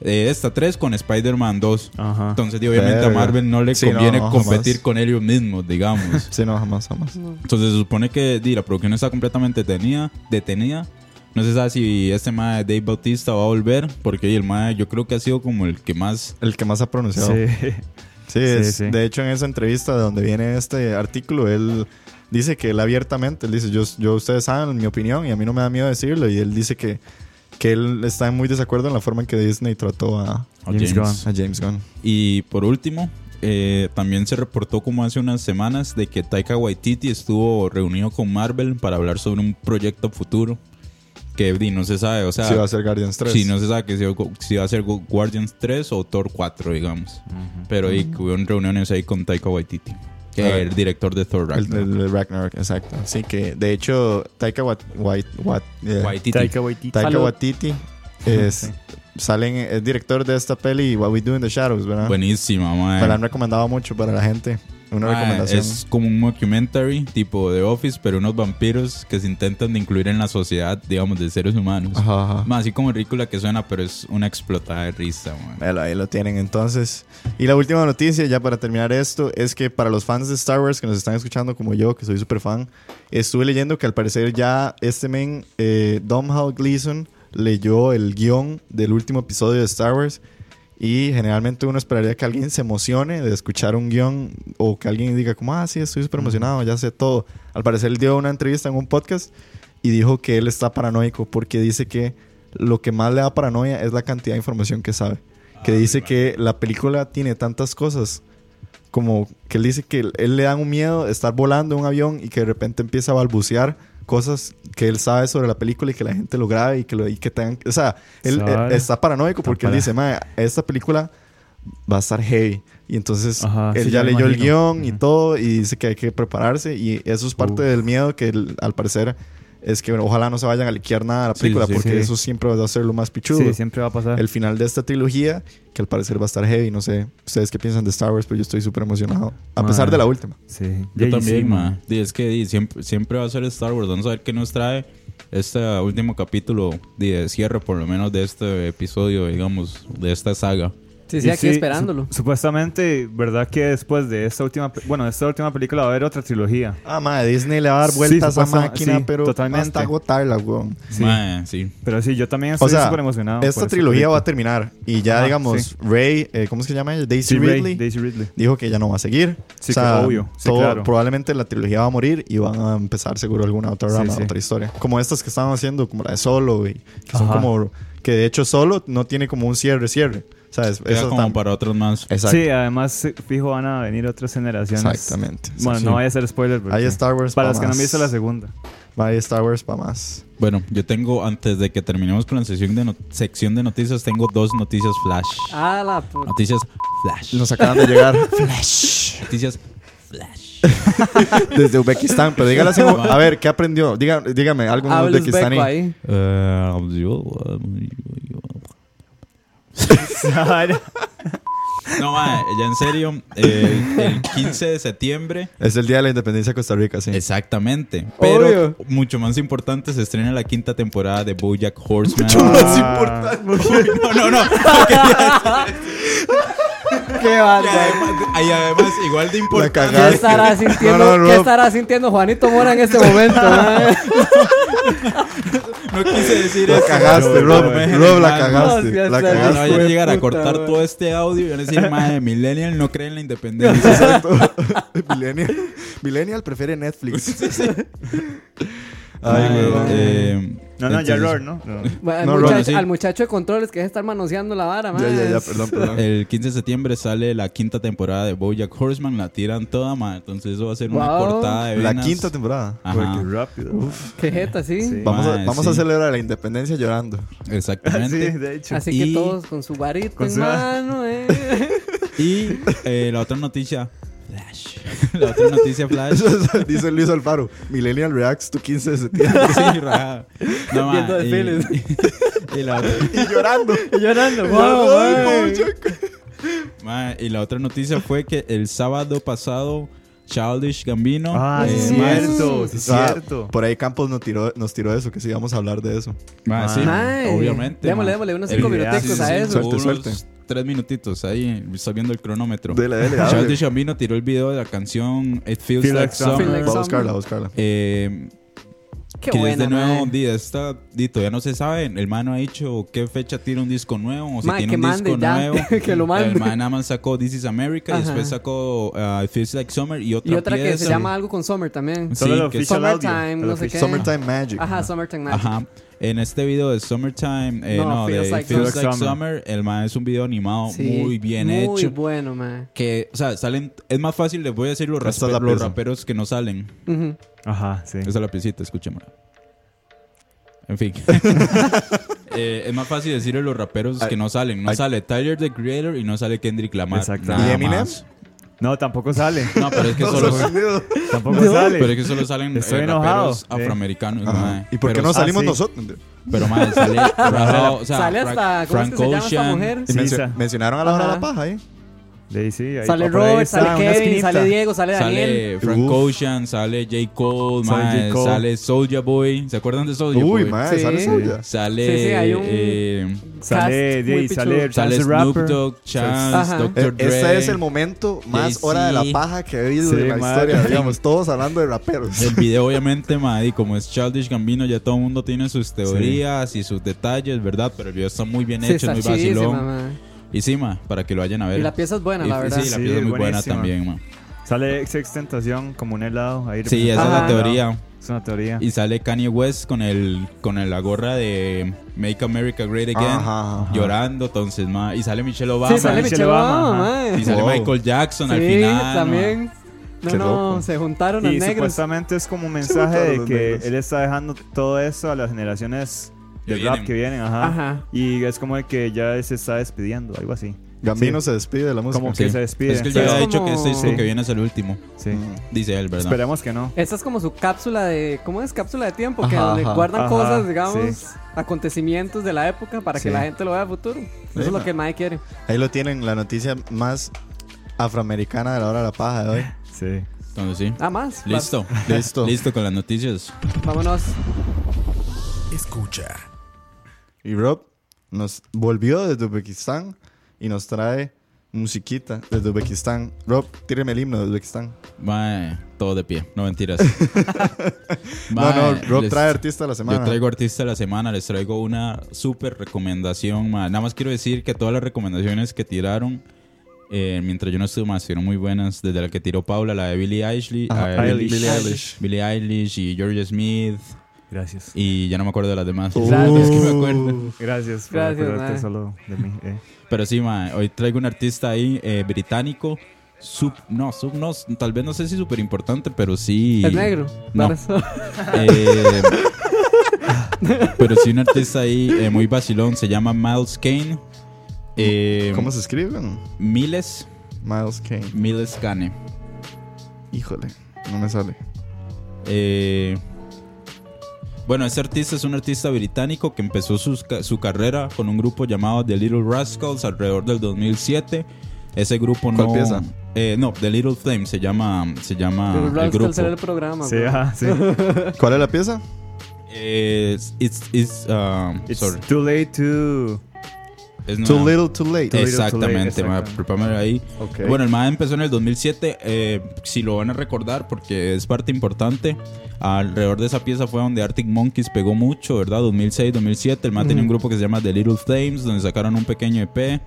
S7: eh, esta 3 con Spider-Man 2.
S5: Ajá.
S7: Entonces y obviamente
S4: Ah. Verga.
S7: a Marvel no le
S4: Sí,
S7: conviene
S4: no, no,
S7: competir
S4: jamás.
S7: con ellos mismos, digamos.
S4: Sí, no, jamás, jamás.
S7: Entonces se supone que di, la producción está completamente detenida, detenida. No se sabe si este mae Dave Bautista va a volver, porque di, el mae yo creo que ha sido como el que más
S4: El que más ha pronunciado.
S5: Sí.
S4: *laughs* Sí, es-
S5: Sí, sí.
S4: de hecho en esa entrevista de donde viene este artículo, él dice que él abiertamente, él dice, yo, yo ustedes saben mi opinión y a mí no me da miedo decirlo, y él dice que, que él está muy desacuerdo en la forma en que Disney trató a,
S7: a
S5: James
S7: James.
S4: a James Gunn.
S7: Y por último, eh, también se reportó como hace unas semanas de que Taika Waititi estuvo reunido con Marvel para hablar sobre un proyecto futuro que di, no se sabe, o sea,
S4: si va a ser Guardians 3.
S7: si no se sabe que si, si va a ser Gu- Guardians 3 o Thor 4, digamos. Pero ahí hubieron reuniones ahí con Taika Waititi, que
S4: Claro.
S7: el director de Thor
S4: El,
S7: Ragnarok.
S4: el de Ragnarok, exacto. Así que, de hecho, Taika, Wat- Wait- Wat- eh,
S7: Waititi.
S5: Taika Waititi.
S4: Taika
S6: Salud.
S4: Waititi es, salen, es director de esta peli What We Do in the Shadows, ¿verdad?
S7: Buenísima, mae.
S4: Me la han recomendado mucho para la gente. Una
S7: Mae,
S4: recomendación.
S7: eh. Ah, Es como un mockumentary tipo The Office, pero unos vampiros que se intentan de incluir en la sociedad, digamos, de seres humanos.
S4: Ajá, ajá.
S7: Más así como ridícula que suena, pero es una explotada de risa, man.
S4: Bueno, ahí lo tienen entonces. Y la última noticia, ya para terminar esto, es que para los fans de Star Wars que nos están escuchando, como yo, que soy súper fan, estuve leyendo que al parecer ya este men, eh, Domhnall Gleeson, leyó el guión del último episodio de Star Wars. Y generalmente uno esperaría que alguien se emocione de escuchar un guión o que alguien diga como, ah, sí, estoy súper emocionado, ya sé todo. Al parecer él dio una entrevista en un podcast y dijo que él está paranoico porque dice que lo que más le da paranoia es la cantidad de información que sabe. Que
S5: Ah,
S4: dice que la película tiene tantas cosas. Como que él dice que él le da un miedo estar volando en un avión y que de repente empieza a balbucear cosas que él sabe sobre la película y que la gente lo grabe y que, lo, y que tengan... O sea, él,
S5: Sabe.
S4: él está paranoico
S5: Está
S4: porque él
S5: para-
S4: dice, "Mae, esta película va a estar heavy. Y entonces
S5: Ajá,
S4: él
S5: sí,
S4: ya
S5: ya me
S4: leyó el
S5: imagino.
S4: guión y
S5: Ujú.
S4: todo y dice que hay que prepararse y eso es parte
S5: Uf.
S4: del miedo que él, al parecer es que bueno, ojalá no se vayan a liquear nada de la
S7: Sí,
S4: película
S7: sí,
S4: porque
S5: sí.
S4: eso siempre va a ser lo más pichudo.
S5: Sí, siempre va a pasar.
S4: el final de esta trilogía que al parecer va a estar heavy, no sé ustedes qué piensan de Star Wars, pero yo estoy súper emocionado a
S5: Madre.
S4: pesar de la última.
S5: Sí.
S7: Yo
S5: Y
S7: también,
S5: sí,
S7: man. Y es que di, siempre, siempre va a ser Star Wars. Vamos a ver qué nos trae este último capítulo di, de cierre, por lo menos de este episodio, digamos, de esta saga.
S6: Sí, sí,
S5: Y
S6: aquí esperándolo.
S5: su- supuestamente, ¿verdad que después de esta última, pe- bueno, de esta última película va a haber otra trilogía?
S4: Ah, madre, Disney le va a dar
S5: Sí,
S4: vueltas a esa
S5: supuestamente,
S4: máquina,
S5: sí,
S4: pero
S5: totalmente.
S4: hasta agotarla, weón.
S5: Sí.
S7: Mae, sí.
S5: Pero sí, yo también
S4: O
S5: estoy
S4: sea,
S5: súper emocionado. por
S4: esta
S5: esta
S4: trilogía va a
S5: película.
S4: terminar y ya,
S5: Ajá,
S4: digamos,
S5: sí.
S4: Ray, eh, ¿cómo es que se llama ella? Daisy
S5: Sí, Ray,
S4: Ridley.
S5: Daisy Ridley.
S4: dijo que ya no va a seguir.
S5: Sí, que obvio. Sí,
S4: todo-
S5: claro.
S4: Probablemente la trilogía va a morir y van a empezar seguro alguna otra
S5: Sí,
S4: rama,
S5: sí.
S4: otra historia. Como estas que estaban haciendo, como la de Solo, y que son
S5: Ajá.
S4: como... Que de hecho Solo no tiene como un cierre, cierre. ¿Sabes?
S7: Queda
S4: Esas
S7: como
S4: tam-
S7: para otros más.
S4: Exacto.
S5: Sí, además, eh, fijo, van a venir otras generaciones.
S4: Exactamente.
S5: Bueno,
S4: Sí.
S5: no vaya a ser spoiler. porque-
S4: Hay Star Wars
S5: Para
S4: pa'
S5: los que no han
S4: más.
S5: visto la segunda.
S4: *laughs* Vaya Star Wars para más.
S7: Bueno, yo tengo, antes de que terminemos con la sección de, no- sección de noticias, tengo dos noticias flash.
S6: Ah, la puta.
S7: Noticias flash.
S4: Nos acaban de
S6: *laughs*
S4: llegar Flash
S7: Noticias flash.
S4: desde Uzbekistán. Pero dígale así
S5: *laughs*
S4: como- A ver, ¿qué aprendió? Diga- dígame algo en
S6: Habla
S4: uzbekistaní.
S6: uzbeco ahí.
S7: Eh, yo, eh, yo- yo-
S4: Ah,
S7: No, mae, ya en serio, eh, el 15 de septiembre,
S4: Es el día de la independencia de Costa Rica, sí.
S7: exactamente. Pero
S6: Obvio.
S7: mucho más importante, se estrena la quinta temporada de Bojack Horseman.
S5: Ah,
S7: no, no, no. no quería decir
S6: Qué
S7: Y
S6: banda.
S7: además, y además, igual de
S4: La
S7: importante.
S6: ¿Qué
S4: cagaste.
S6: estará sintiendo,
S4: No, no,
S6: ¿qué
S4: Rob.
S6: estará sintiendo Juanito Mora en
S4: *laughs*
S6: este momento? mae?
S7: No quise decir
S4: La
S7: eso.
S4: cagaste,
S7: pero-
S4: Rob.
S7: pero me
S4: Rob, la
S7: dejaron
S4: cagaste. La
S6: No, sí,
S7: mal. No,
S4: cagaste. *laughs*
S6: sí,
S7: voy a
S6: Fue
S7: llegar a
S6: puta,
S7: cortar
S6: güey.
S7: todo este audio y van a decir, madre, Millennial no cree en la independencia.
S4: *laughs* Millennial. Millennial prefiere Netflix.
S7: Mae,
S4: *laughs* *laughs* Ay, weón.
S7: eh,
S5: No, no, ya
S7: entonces,
S5: error, ¿no?
S6: Ma- al
S4: No,
S6: muchacho-
S7: bueno, sí.
S6: Al muchacho de controles que debe estar manoseando la vara,
S4: Ya,
S6: mae.
S4: ya, ya, perdón, *laughs* perdón.
S7: El 15 de septiembre sale la quinta temporada de Bojack Horseman, la tiran toda, mae, entonces eso va a ser una
S6: Wow.
S7: cortada de
S4: La
S7: venas.
S4: quinta temporada.
S7: Ajá.
S5: Qué rápido.
S6: Qué jeta, sí.
S5: Sí.
S4: Vamos,
S7: Mae,
S4: a, vamos a
S7: sí.
S4: celebrar la independencia llorando. *laughs*
S5: Sí,
S7: Exactamente.
S5: de hecho.
S6: Así
S7: Y-
S6: que todos con su varita
S5: Con
S6: en
S5: su-
S6: mano, eh.
S7: Y eh, la otra noticia, Flash. *laughs* La otra noticia,
S4: *laughs*
S6: *laughs*
S7: Flash.
S4: Dice Luis Alfaro, Millennial Reacts to 15 de septiembre. *laughs*
S7: Sí, rajada. No, mae,
S6: Viendo
S7: y-
S6: desfiles.
S7: *laughs* y la otra.
S4: Y llorando.
S6: *laughs* Llorando,
S4: Ay, Bojack.
S7: Mae, y la otra noticia fue que el sábado pasado Childish Gambino
S5: Ah, sí,
S7: eh,
S5: es
S7: mae,
S5: cierto, sí, es
S4: Ah,
S5: cierto.
S4: por ahí Campos nos tiró, nos tiró eso, que sí íbamos a hablar de eso.
S7: mae, sí,
S6: Mae.
S7: obviamente.
S6: Démosle,
S7: mae.
S6: démosle unos
S7: El-
S6: cinco
S7: sí,
S6: minutecos
S7: sí,
S6: a
S7: sí,
S6: eso.
S4: Suelte,
S7: unos
S4: suelte.
S7: Tres minutitos ahí, está viendo el cronómetro.
S4: Dele, dele, dale.
S7: Childish Gambino tiró el video de la canción It Feels
S5: Feel
S7: Like
S5: Like Summer.
S7: Summer.
S6: Feel
S4: Va a
S6: Like-
S4: buscarla, va a buscarla.
S7: Eh,
S6: Qué
S7: que es
S6: buena,
S7: de nuevo,
S6: mae.
S7: di, esta, di, todavía no se sabe. El man no ha dicho qué fecha tiene un disco nuevo o si
S6: Mae,
S7: tiene
S6: que
S7: un
S6: mande
S7: disco
S6: ya,
S7: nuevo.
S6: *laughs* que lo mande.
S7: El man nada más sacó This Is America y
S6: Ajá.
S7: después sacó ah, It Feels Like Summer y otra,
S6: Y otra que se
S7: pieza.
S6: llama algo con Summer también.
S7: Sí,
S5: Solo el
S7: que es-
S5: official audio.
S6: Summertime,
S5: El
S6: no sé
S5: official-
S6: qué.
S4: Summertime Magic.
S6: Ajá, Summertime Magic.
S7: Ajá. En este video de Summertime, eh, no,
S6: No,
S7: de
S6: Feels Like
S7: Feels
S5: Summer.
S7: Like Summer, el man es un video animado
S6: Sí,
S7: muy bien
S6: Muy
S7: hecho.
S6: bueno, man.
S7: que, o sea, salen. Es más fácil, les voy a decir los,
S4: Esta es
S7: raspe-
S4: la
S7: los
S4: pieza.
S7: raperos que no salen.
S6: Ujú.
S5: Ajá, sí.
S7: Esa es la piecita, escúchenmela. En fin. Eh, es más fácil decirle los raperos
S4: Ay,
S7: que no salen. No
S4: ay.
S7: sale Tyler the Creator y no sale Kendrick Lamar.
S5: Exacto.
S7: Nada
S4: ¿Y Eminem?
S7: más.
S5: No, tampoco
S4: *laughs*
S5: sale.
S7: No, pero es que
S4: Todos
S7: solo. *laughs*
S4: sorprendidos.
S5: Tampoco
S7: Pero es
S5: sale.
S7: que solo salen eh,
S5: Estoy enojado,
S7: raperos
S5: eh.
S7: afroamericanos.
S4: Ajá.
S7: mae.
S4: ¿Y por qué
S7: Pero ah,
S4: no salimos
S5: sí.
S4: nosotros?
S7: Pero madre, sale rajado, o sea,
S6: Sale hasta. ¿Cómo es que se llama esta mujer?
S4: Y
S5: Sí,
S4: mencio-
S5: sa-
S4: mencionaron a la hora de la
S6: Ajá.
S4: paja ahí.
S5: De ahí sí, ahí-
S6: Sale
S5: por ahí
S6: Robert,
S5: está,
S6: sale
S5: una
S6: Kevin,
S5: esquinita.
S6: sale Diego, sale Daniel.
S7: Sale Frank
S4: Uf.
S7: Ocean, sale J. Cole,
S5: Sale
S7: mae,
S5: J. Cole.
S7: sale Soulja Boy. ¿Se acuerdan de Soulja Boy?
S4: Uy, madre,
S6: Sí.
S4: sale
S6: Sí.
S4: suya.
S7: Sale,
S6: Sí, sí, hay un-
S7: eh,
S5: Sale,
S6: Cast
S5: de ahí
S6: muy
S5: sale,
S6: pichudo.
S7: sale
S5: sale
S7: Snoop
S5: rapper. E-,
S7: Dogg, Chance,
S6: Ajá.
S4: Eh,
S7: Dr. Dre.
S4: Ese es el momento más
S7: Jay-Z.
S4: hora de la paja que he vivido
S5: Sí,
S4: en la
S5: madre.
S4: historia. Digamos, todos hablando de raperos.
S7: El video, obviamente, mae, y como es Childish Gambino, ya todo el mundo tiene sus teorías y sus detalles, ¿verdad? Pero el video está muy bien
S6: Sí,
S7: hecho, es
S6: está
S7: muy
S6: chidísima,
S7: vacilón.
S6: man.
S7: Y sí, mae, para que lo vayan a ver.
S6: Y la pieza es buena,
S7: Y-
S6: la verdad.
S7: Sí, la
S5: Sí,
S7: pieza es muy buena
S5: buenísima.
S7: también, mae.
S5: Sale ex Extentación como un helado. Ahí
S7: Sí, esa
S6: es la
S7: teoría.
S5: Es una teoría.
S7: Y sale Kanye West con el con el- la gorra de Make America Great Again
S4: Ajá, ajá.
S7: llorando, entonces ma, y sale Michelle Obama
S6: Sí, sale
S5: Michelle
S6: Michelle Obama,
S5: Obama, ajá.
S6: man.
S7: y sale
S4: Wow.
S7: Michael Jackson al
S6: Sí,
S7: final.
S6: también. No,
S4: Qué
S6: no,
S4: loco.
S6: se juntaron los
S5: Y
S6: negros.
S5: supuestamente es como un
S4: Se
S5: mensaje
S4: botaron
S5: de
S4: los
S5: que
S4: negros.
S5: él está dejando todo eso a las generaciones de
S7: Que
S5: rap
S7: vienen.
S5: que vienen, ajá.
S6: Ajá.
S5: Y es como el que ya se está despidiendo, algo así.
S4: Gambino
S5: Sí.
S4: se despide de la música.
S5: Como
S7: Sí.
S5: que se despide.
S7: Es que él
S6: Sí,
S7: ya
S6: es
S7: ha
S6: como-
S7: dicho que este disco
S5: Sí.
S7: que viene es el último,
S5: Sí.
S7: dice él, ¿verdad?
S5: Esperemos que no.
S6: Esta es como su cápsula de. ¿Cómo es? Cápsula de tiempo, que
S4: Ajá,
S6: donde
S4: ajá.
S6: guardan
S5: Ajá,
S6: cosas, digamos,
S5: sí.
S6: acontecimientos de la época para que
S5: Sí.
S6: la gente lo vea a futuro. Eso es lo
S4: ma.
S6: que Mike quiere.
S4: Ahí lo tienen, la noticia más afroamericana de la hora de la paja de hoy.
S5: Sí.
S7: Entonces sí.
S6: Ah, más.
S7: Listo.
S4: *laughs* Listo.
S7: *laughs* Listo con las noticias.
S6: Va- Vámonos.
S3: Escucha.
S4: Y Rob nos volvió desde Uzbekistán y nos trae musiquita desde Uzbekistán. Rob, tíreme el himno de Uzbekistán.
S7: Mae, todo de pie,
S4: *laughs*
S7: no mentiras. Mae,
S4: no, no, Rob
S7: les-
S4: trae artista de la semana.
S7: Yo traigo artista de la semana, les traigo una súper recomendación. ma. Nada más quiero decir que todas las recomendaciones que tiraron, eh, mientras yo no estuve más, fueron muy buenas. Desde la que tiró Paula, la de Billie Eilish,
S4: Ajá,
S7: a
S5: Eilish.
S7: Billie,
S4: Eilish.
S7: Billie Eilish y George Smith.
S5: Gracias.
S7: Y ya no me acuerdo de las demás.
S6: Gracias.
S7: Es que
S4: Uh.
S7: me acuerdo.
S5: Gracias por
S6: Gracias,
S5: acordarte
S6: mae.
S5: solo de mí.
S6: *laughs*
S5: eh.
S7: Pero sí, ma, hoy traigo un artista ahí eh, británico. Sub, no, sub, no, tal vez no sé si súper importante, pero sí.
S6: Es negro.
S7: No.
S6: Para eso.
S4: Ah,
S7: Eh, pero sí, un artista ahí eh, muy vacilón se llama Miles Kane. Eh,
S4: ¿Cómo se escriben?
S7: Miles,
S4: Miles Kane.
S7: Miles Kane.
S4: Híjole, no me
S7: *laughs*
S4: sale.
S7: Eh, bueno, este artista es un artista británico que empezó sus ca- su carrera con un grupo llamado The Little Rascals alrededor del 2007. Ese grupo no.
S4: ¿Cuál pieza?
S7: Eh, no, The Little Flame se llama, se
S6: *laughs*
S7: llama
S6: Pero
S7: el
S6: Rascal
S7: grupo.
S6: será el programa.
S5: Sí,
S6: bro.
S5: ajá,
S7: *laughs*
S5: sí.
S4: ¿Cuál es la pieza?
S7: Eh, it's, it's, um,
S5: It's
S7: sorry.
S5: too late to.
S7: es nueva.
S4: Too little, too late.
S5: Little Too
S7: Exactamente,
S5: Late,
S7: ma,
S5: exactamente.
S7: prepámelo ahí.
S4: Ok.
S7: Bueno, el MAD empezó en el 2007, eh, si lo van a recordar porque es parte importante. Alrededor de esa pieza fue donde Arctic Monkeys pegó mucho, ¿verdad? 2006, 2007. El MAD tenía un grupo que se llama The Little Flames, donde sacaron un pequeño EP.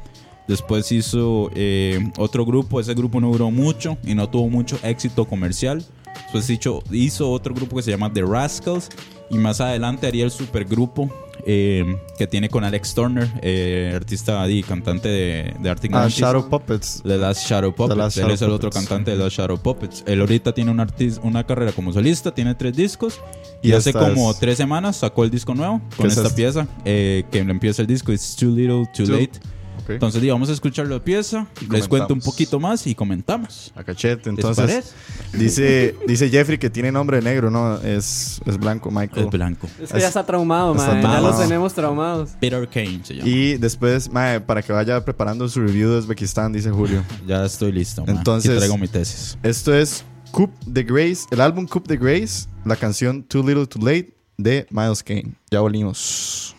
S7: Después hizo eh, otro grupo, ese grupo no duró mucho y no tuvo mucho éxito comercial. Después hizo, hizo otro grupo que se llama The Rascals y más adelante haría el supergrupo eh, que tiene con Alex Turner, eh, artista y cantante de, de Arctic
S4: Ah,
S7: Monkeys.
S4: Shadow Puppets.
S7: The Last Shadow Puppets.
S4: Last
S7: Él
S4: Shadow
S7: es el otro
S4: Puppets.
S7: cantante de Last Shadow Puppets. Él ahorita tiene un artis- una carrera como solista, tiene tres discos. Y,
S4: Y
S7: hace
S4: esta
S7: como
S4: es-
S7: tres semanas sacó el disco nuevo con
S4: es
S7: esta
S4: esta?
S7: pieza. eh, que empieza el disco, It's Too Little, Too,
S4: Too-
S7: Late.
S4: Ok.
S7: Entonces, di, vamos a escuchar la pieza,
S4: Y
S7: les cuento un
S4: comentamos.
S7: poquito más y comentamos.
S4: A cachete,
S7: ¿Les
S4: entonces.
S7: parece?
S4: Dice, dice Jeffrey que tiene nombre de negro, ¿no? Es, es blanco,
S7: El
S4: Michael.
S7: blanco.
S6: Es que ya está traumado,
S4: Está
S6: man. Ya
S4: traumado.
S6: los tenemos traumados.
S7: Peter Kane se llama.
S4: Y después, mae, para que vaya preparando su review de Uzbekistán, dice Julio.
S7: Ya estoy listo. ma.
S4: Entonces-
S7: Aquí traigo mi tesis.
S4: Esto es Coup de Grace, el álbum Coup de Grace, la canción Too Little Too Late de Miles Kane. Ya volvimos.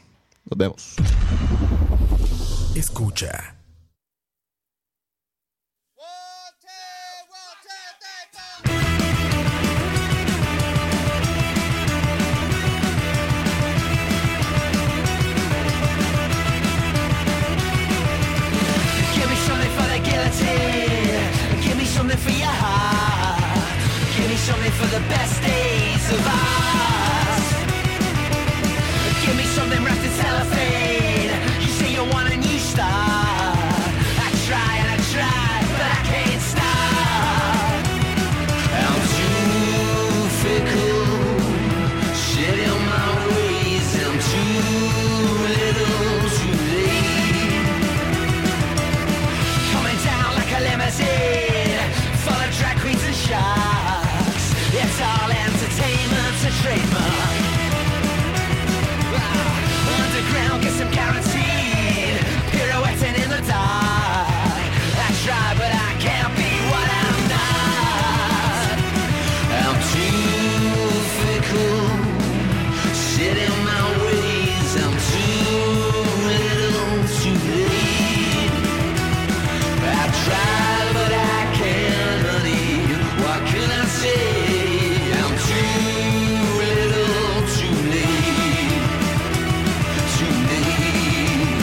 S4: Nos vemos.
S3: Escucha.
S8: Give me something for the guillotine. Give me something for your heart. Give me something for the best days of us. Give me something wrapped in cellophane. You say you want a new start. I try and I try, but I can't stop. I'm too fickle. Shit in my ways. I'm too little, too late coming down like a limousine Full of drag queens and sharks It's all entertainment a trademark Wow. Ah, Underground gets some guaranteed Pirouetting in the dark I try but I can't be what I'm not I'm too fickle Sit in my ways I'm too little too late I try, but I can't, honey. What can I say? I'm too little, too late, too late,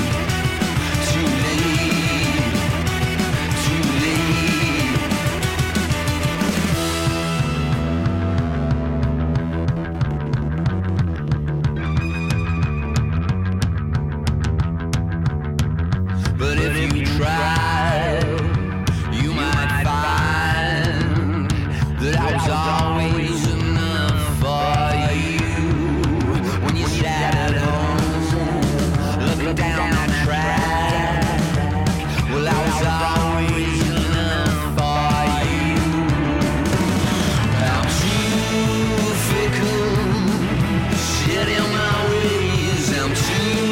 S8: too late, too late. But if you try, you might find that I was always enough for you. When you sat at home, looking down that track, well, I was always enough for you. I'm too fickle, shit in my ways. I'm too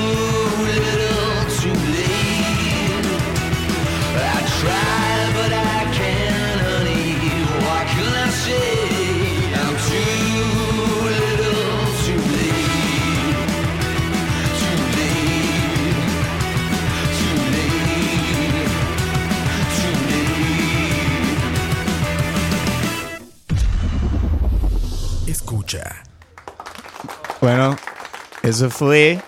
S8: little, too late. I try, but I can't, honey. What can I say? I'm too little, too late. Too late. Too late. Too late.
S3: Escucha.
S4: Bueno, eso fue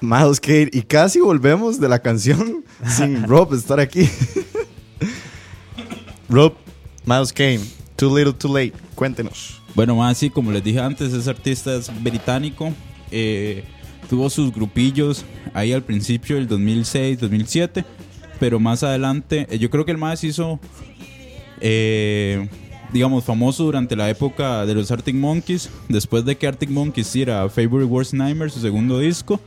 S4: Miles Kane. Y casi volvemos de la canción sin Rob estar aquí. *laughs* Rob, Miles Kane, Too Little Too Late. Cuéntenos.
S7: Bueno, más así, como les dije antes, ese artista es británico. eh, tuvo sus grupillos ahí al principio del 2006, 2007. Pero más adelante, eh, yo creo que el más hizo, eh, digamos, famoso durante la época de los Arctic Monkeys. Después de que Arctic Monkeys era Favorite Worst Nightmare, su segundo disco.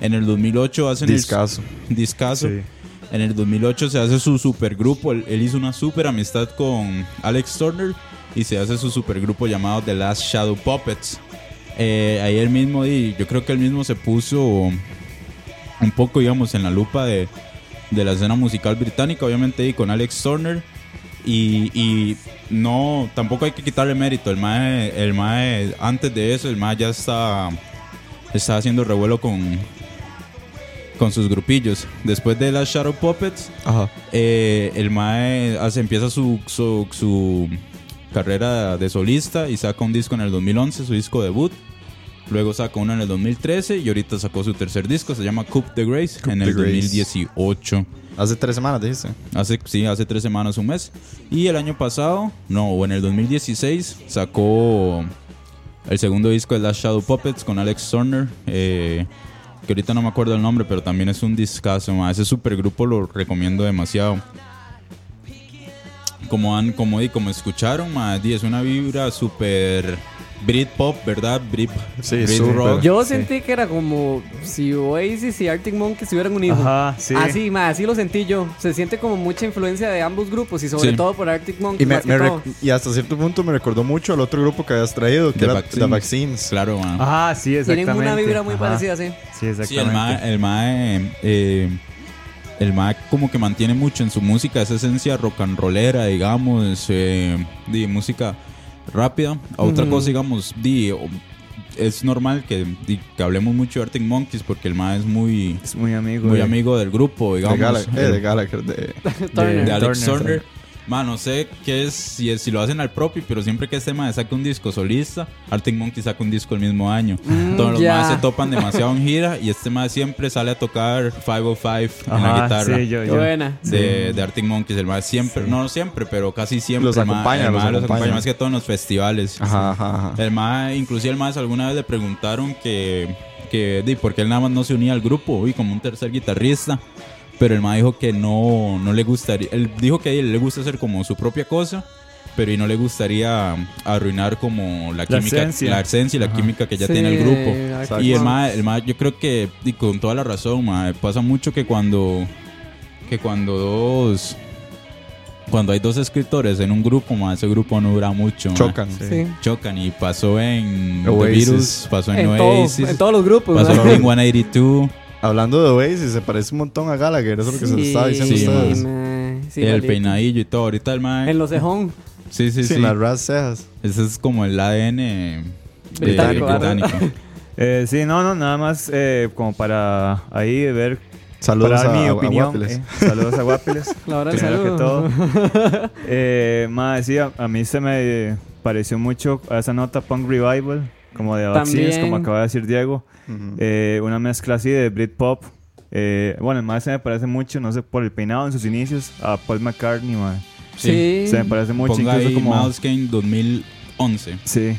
S7: En el 2008 hacen el-
S4: Discaso.
S7: discazo.
S5: Sí.
S7: En el 2008 se hace su supergrupo. Él, él hizo una super amistad con Alex Turner y se hace su supergrupo llamado The Last Shadow Puppets. Eh, ahí él mismo, y yo creo que él mismo se puso un poco, digamos, en la lupa de, de la escena musical británica, obviamente, y con Alex Turner. Y, y no, tampoco hay que quitarle mérito. El mae, el mae, antes de eso, el mae ya está, está haciendo revuelo con, con sus grupillos. Después de las Shadow Puppets,
S4: Ajá.
S7: eh, el Mae hace, empieza su, su, su carrera de solista y saca un disco en el 2011, su disco debut. Luego saca uno en el 2013 y ahorita sacó su tercer disco, se llama Coup de Grace, en
S4: de
S7: el
S4: Grace.
S7: 2018.
S4: Hace tres semanas, dijiste.
S7: Hace, sí, hace tres semanas, un mes. Y el año pasado, no, o en el 2016, sacó el segundo disco de Last Shadow Puppets con Alex Turner. eh, que ahorita no me acuerdo el nombre, pero también es un discazo. ma. Ese supergrupo lo recomiendo demasiado. Como, han, como, di- como escucharon, ma, di, es una vibra super Britpop, ¿verdad? Brit,
S4: Sí,
S7: Brit
S4: súper.
S7: rock.
S6: Yo sentí que era como si Oasis y Arctic Monkeys se hubieran unido.
S5: Ajá, sí.
S6: Así, ma, así lo sentí yo. Se siente como mucha influencia de ambos grupos y sobre
S7: Sí.
S6: todo por Arctic Monkeys.
S4: Y, me-
S6: más que
S4: me rec-
S6: todo.
S4: y hasta cierto punto me recordó mucho al otro grupo que habías traído, que
S7: The
S4: era
S7: Vaccines.
S4: The Vaccines.
S7: Claro, ma.
S5: Ajá, sí, exactamente.
S6: Tienen una vibra muy
S5: Ajá.
S6: parecida, sí.
S5: Sí,
S7: Sí, el
S5: exactamente.
S7: mae, el mae, eh, el mae como que mantiene mucho en su música esa esencia rock and rollera, digamos, eh, de música rápida. A Otra cosa, digamos, di, o- es normal que, di, que hablemos mucho de Arctic Monkeys porque el mae es muy,
S5: es muy amigo.
S7: muy
S5: de-
S7: amigo del grupo,
S4: De
S7: digamos.
S4: Gallagher.
S7: El-
S4: eh, de Gallagher, de-
S7: de,
S6: Turner.
S7: de Alex
S5: Turner,
S7: Turner. Ma, no sé qué es, si, es- si lo hacen al propio, pero siempre que este mae saca un disco solista, Arctic Monkey saca un disco el mismo año. Todos los
S6: ya.
S7: maes se topan demasiado en gira y este mae siempre sale a tocar 505 en la
S5: Ajá,
S7: guitarra.
S5: Sí, yo, yo.
S6: Buena.
S7: De, de Arctic Monkeys, el mae siempre, no siempre, pero casi siempre.
S4: Los
S7: el mae-
S4: acompaña,
S7: el
S4: los
S7: mae
S4: acompaña.
S7: más que todo en los festivales.
S4: Ajá, ajá, ajá.
S7: El mae, inclusive el más alguna vez le preguntaron que, que di, por qué él nada más no se unía al grupo y como un tercer guitarrista. Pero el mae dijo que no, no le gustaría, él dijo que a él le gusta hacer como su propia cosa, pero y no le gustaría arruinar como la química, la esencia,
S5: esencia.
S7: y la química que ya tiene el
S6: Sí,
S7: grupo.
S6: Arctic
S7: Y el
S6: Monkeys.
S7: mae, el mae, yo creo que, y con toda la razón, mae, pasa mucho que cuando, que cuando dos, cuando hay dos escritores en un grupo, mae, ese grupo no dura mucho. mae
S4: Chocan.
S6: Sí.
S7: chocan y pasó en The
S4: Oasis.
S7: Virus, pasó en,
S6: En, todo, pues.
S7: Oasis,
S6: en todos los grupos.
S7: pasó
S6: ma.
S7: en Blink
S6: *laughs*
S7: 182,
S4: Hablando de Oasis, se parece un montón a Gallagher, eso es lo que se les estaba diciendo
S7: Sí,
S4: a ustedes.
S6: ma, sí,
S7: el
S6: maldito.
S7: peinadillo y todo. Ahorita el mae.
S6: En los cejón.
S7: Sí, sí, sí.
S4: Sin las ras cejas.
S7: Ese es como el ADN de-
S6: Británico, ¿verdad? *laughs*
S7: británico.
S5: Eh, sí, no, no, nada más eh, como para ahí ver.
S4: Saludos
S5: para dar
S4: a-
S5: mi
S4: a
S5: opinión.
S4: Guapiles.
S5: eh. saludos a Guapiles.
S4: *laughs*
S6: La hora del
S5: primero que
S6: saludo.
S5: todo.
S6: *laughs*
S5: Eh, más sí, a, a mí se me pareció mucho a esa nota Punk Revival, como de Vaccines,
S6: También.
S5: como acaba de decir Diego.
S4: Mm.
S5: Eh, una mezcla así de Britpop. Eh, bueno, más se me parece mucho, no sé, por el peinado en sus inicios, a Paul McCartney, mae.
S6: Sí.
S5: Se me parece mucho,
S7: Ponga ahí
S5: incluso como.
S7: Miles Kane 2011.
S5: Sí.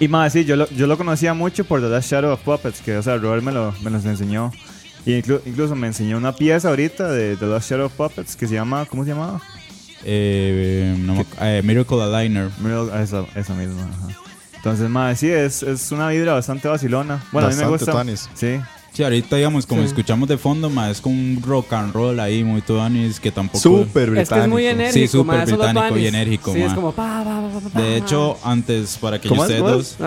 S5: Y más, sí, yo lo, yo lo conocía mucho por The Last Shadow of Puppets, que, o sea, Robert me, lo, me los enseñó. Y inclu- incluso me enseñó una pieza ahorita de The Last Shadow of Puppets que se llama, ¿cómo se llamaba?
S7: Eh, no me ac- eh, Miracle Aligner.
S5: Real- ah, Esa, esa misma, ajá. Entonces, más, sí, es, es una vibra bastante vacilona. Bueno, a mí me
S4: Bastante
S5: gusta.
S4: tuanis.
S5: Sí.
S7: Sí, ahorita digamos, como
S6: Sí.
S7: escuchamos de fondo, ma, es con un rock and roll ahí muy tuanis que tampoco.
S4: Súper británico.
S6: Es que es muy enérgico.
S7: Sí, súper
S6: ma, eso lo
S7: británico y
S6: tuanis.
S7: enérgico,
S6: Sí, es
S7: ma.
S6: como pa, pa, pa, pa, pa,
S7: De
S6: pa.
S7: hecho, antes, para que
S4: ¿Cómo es?
S7: ustedes
S4: ¿Cómo
S7: dos.
S4: es?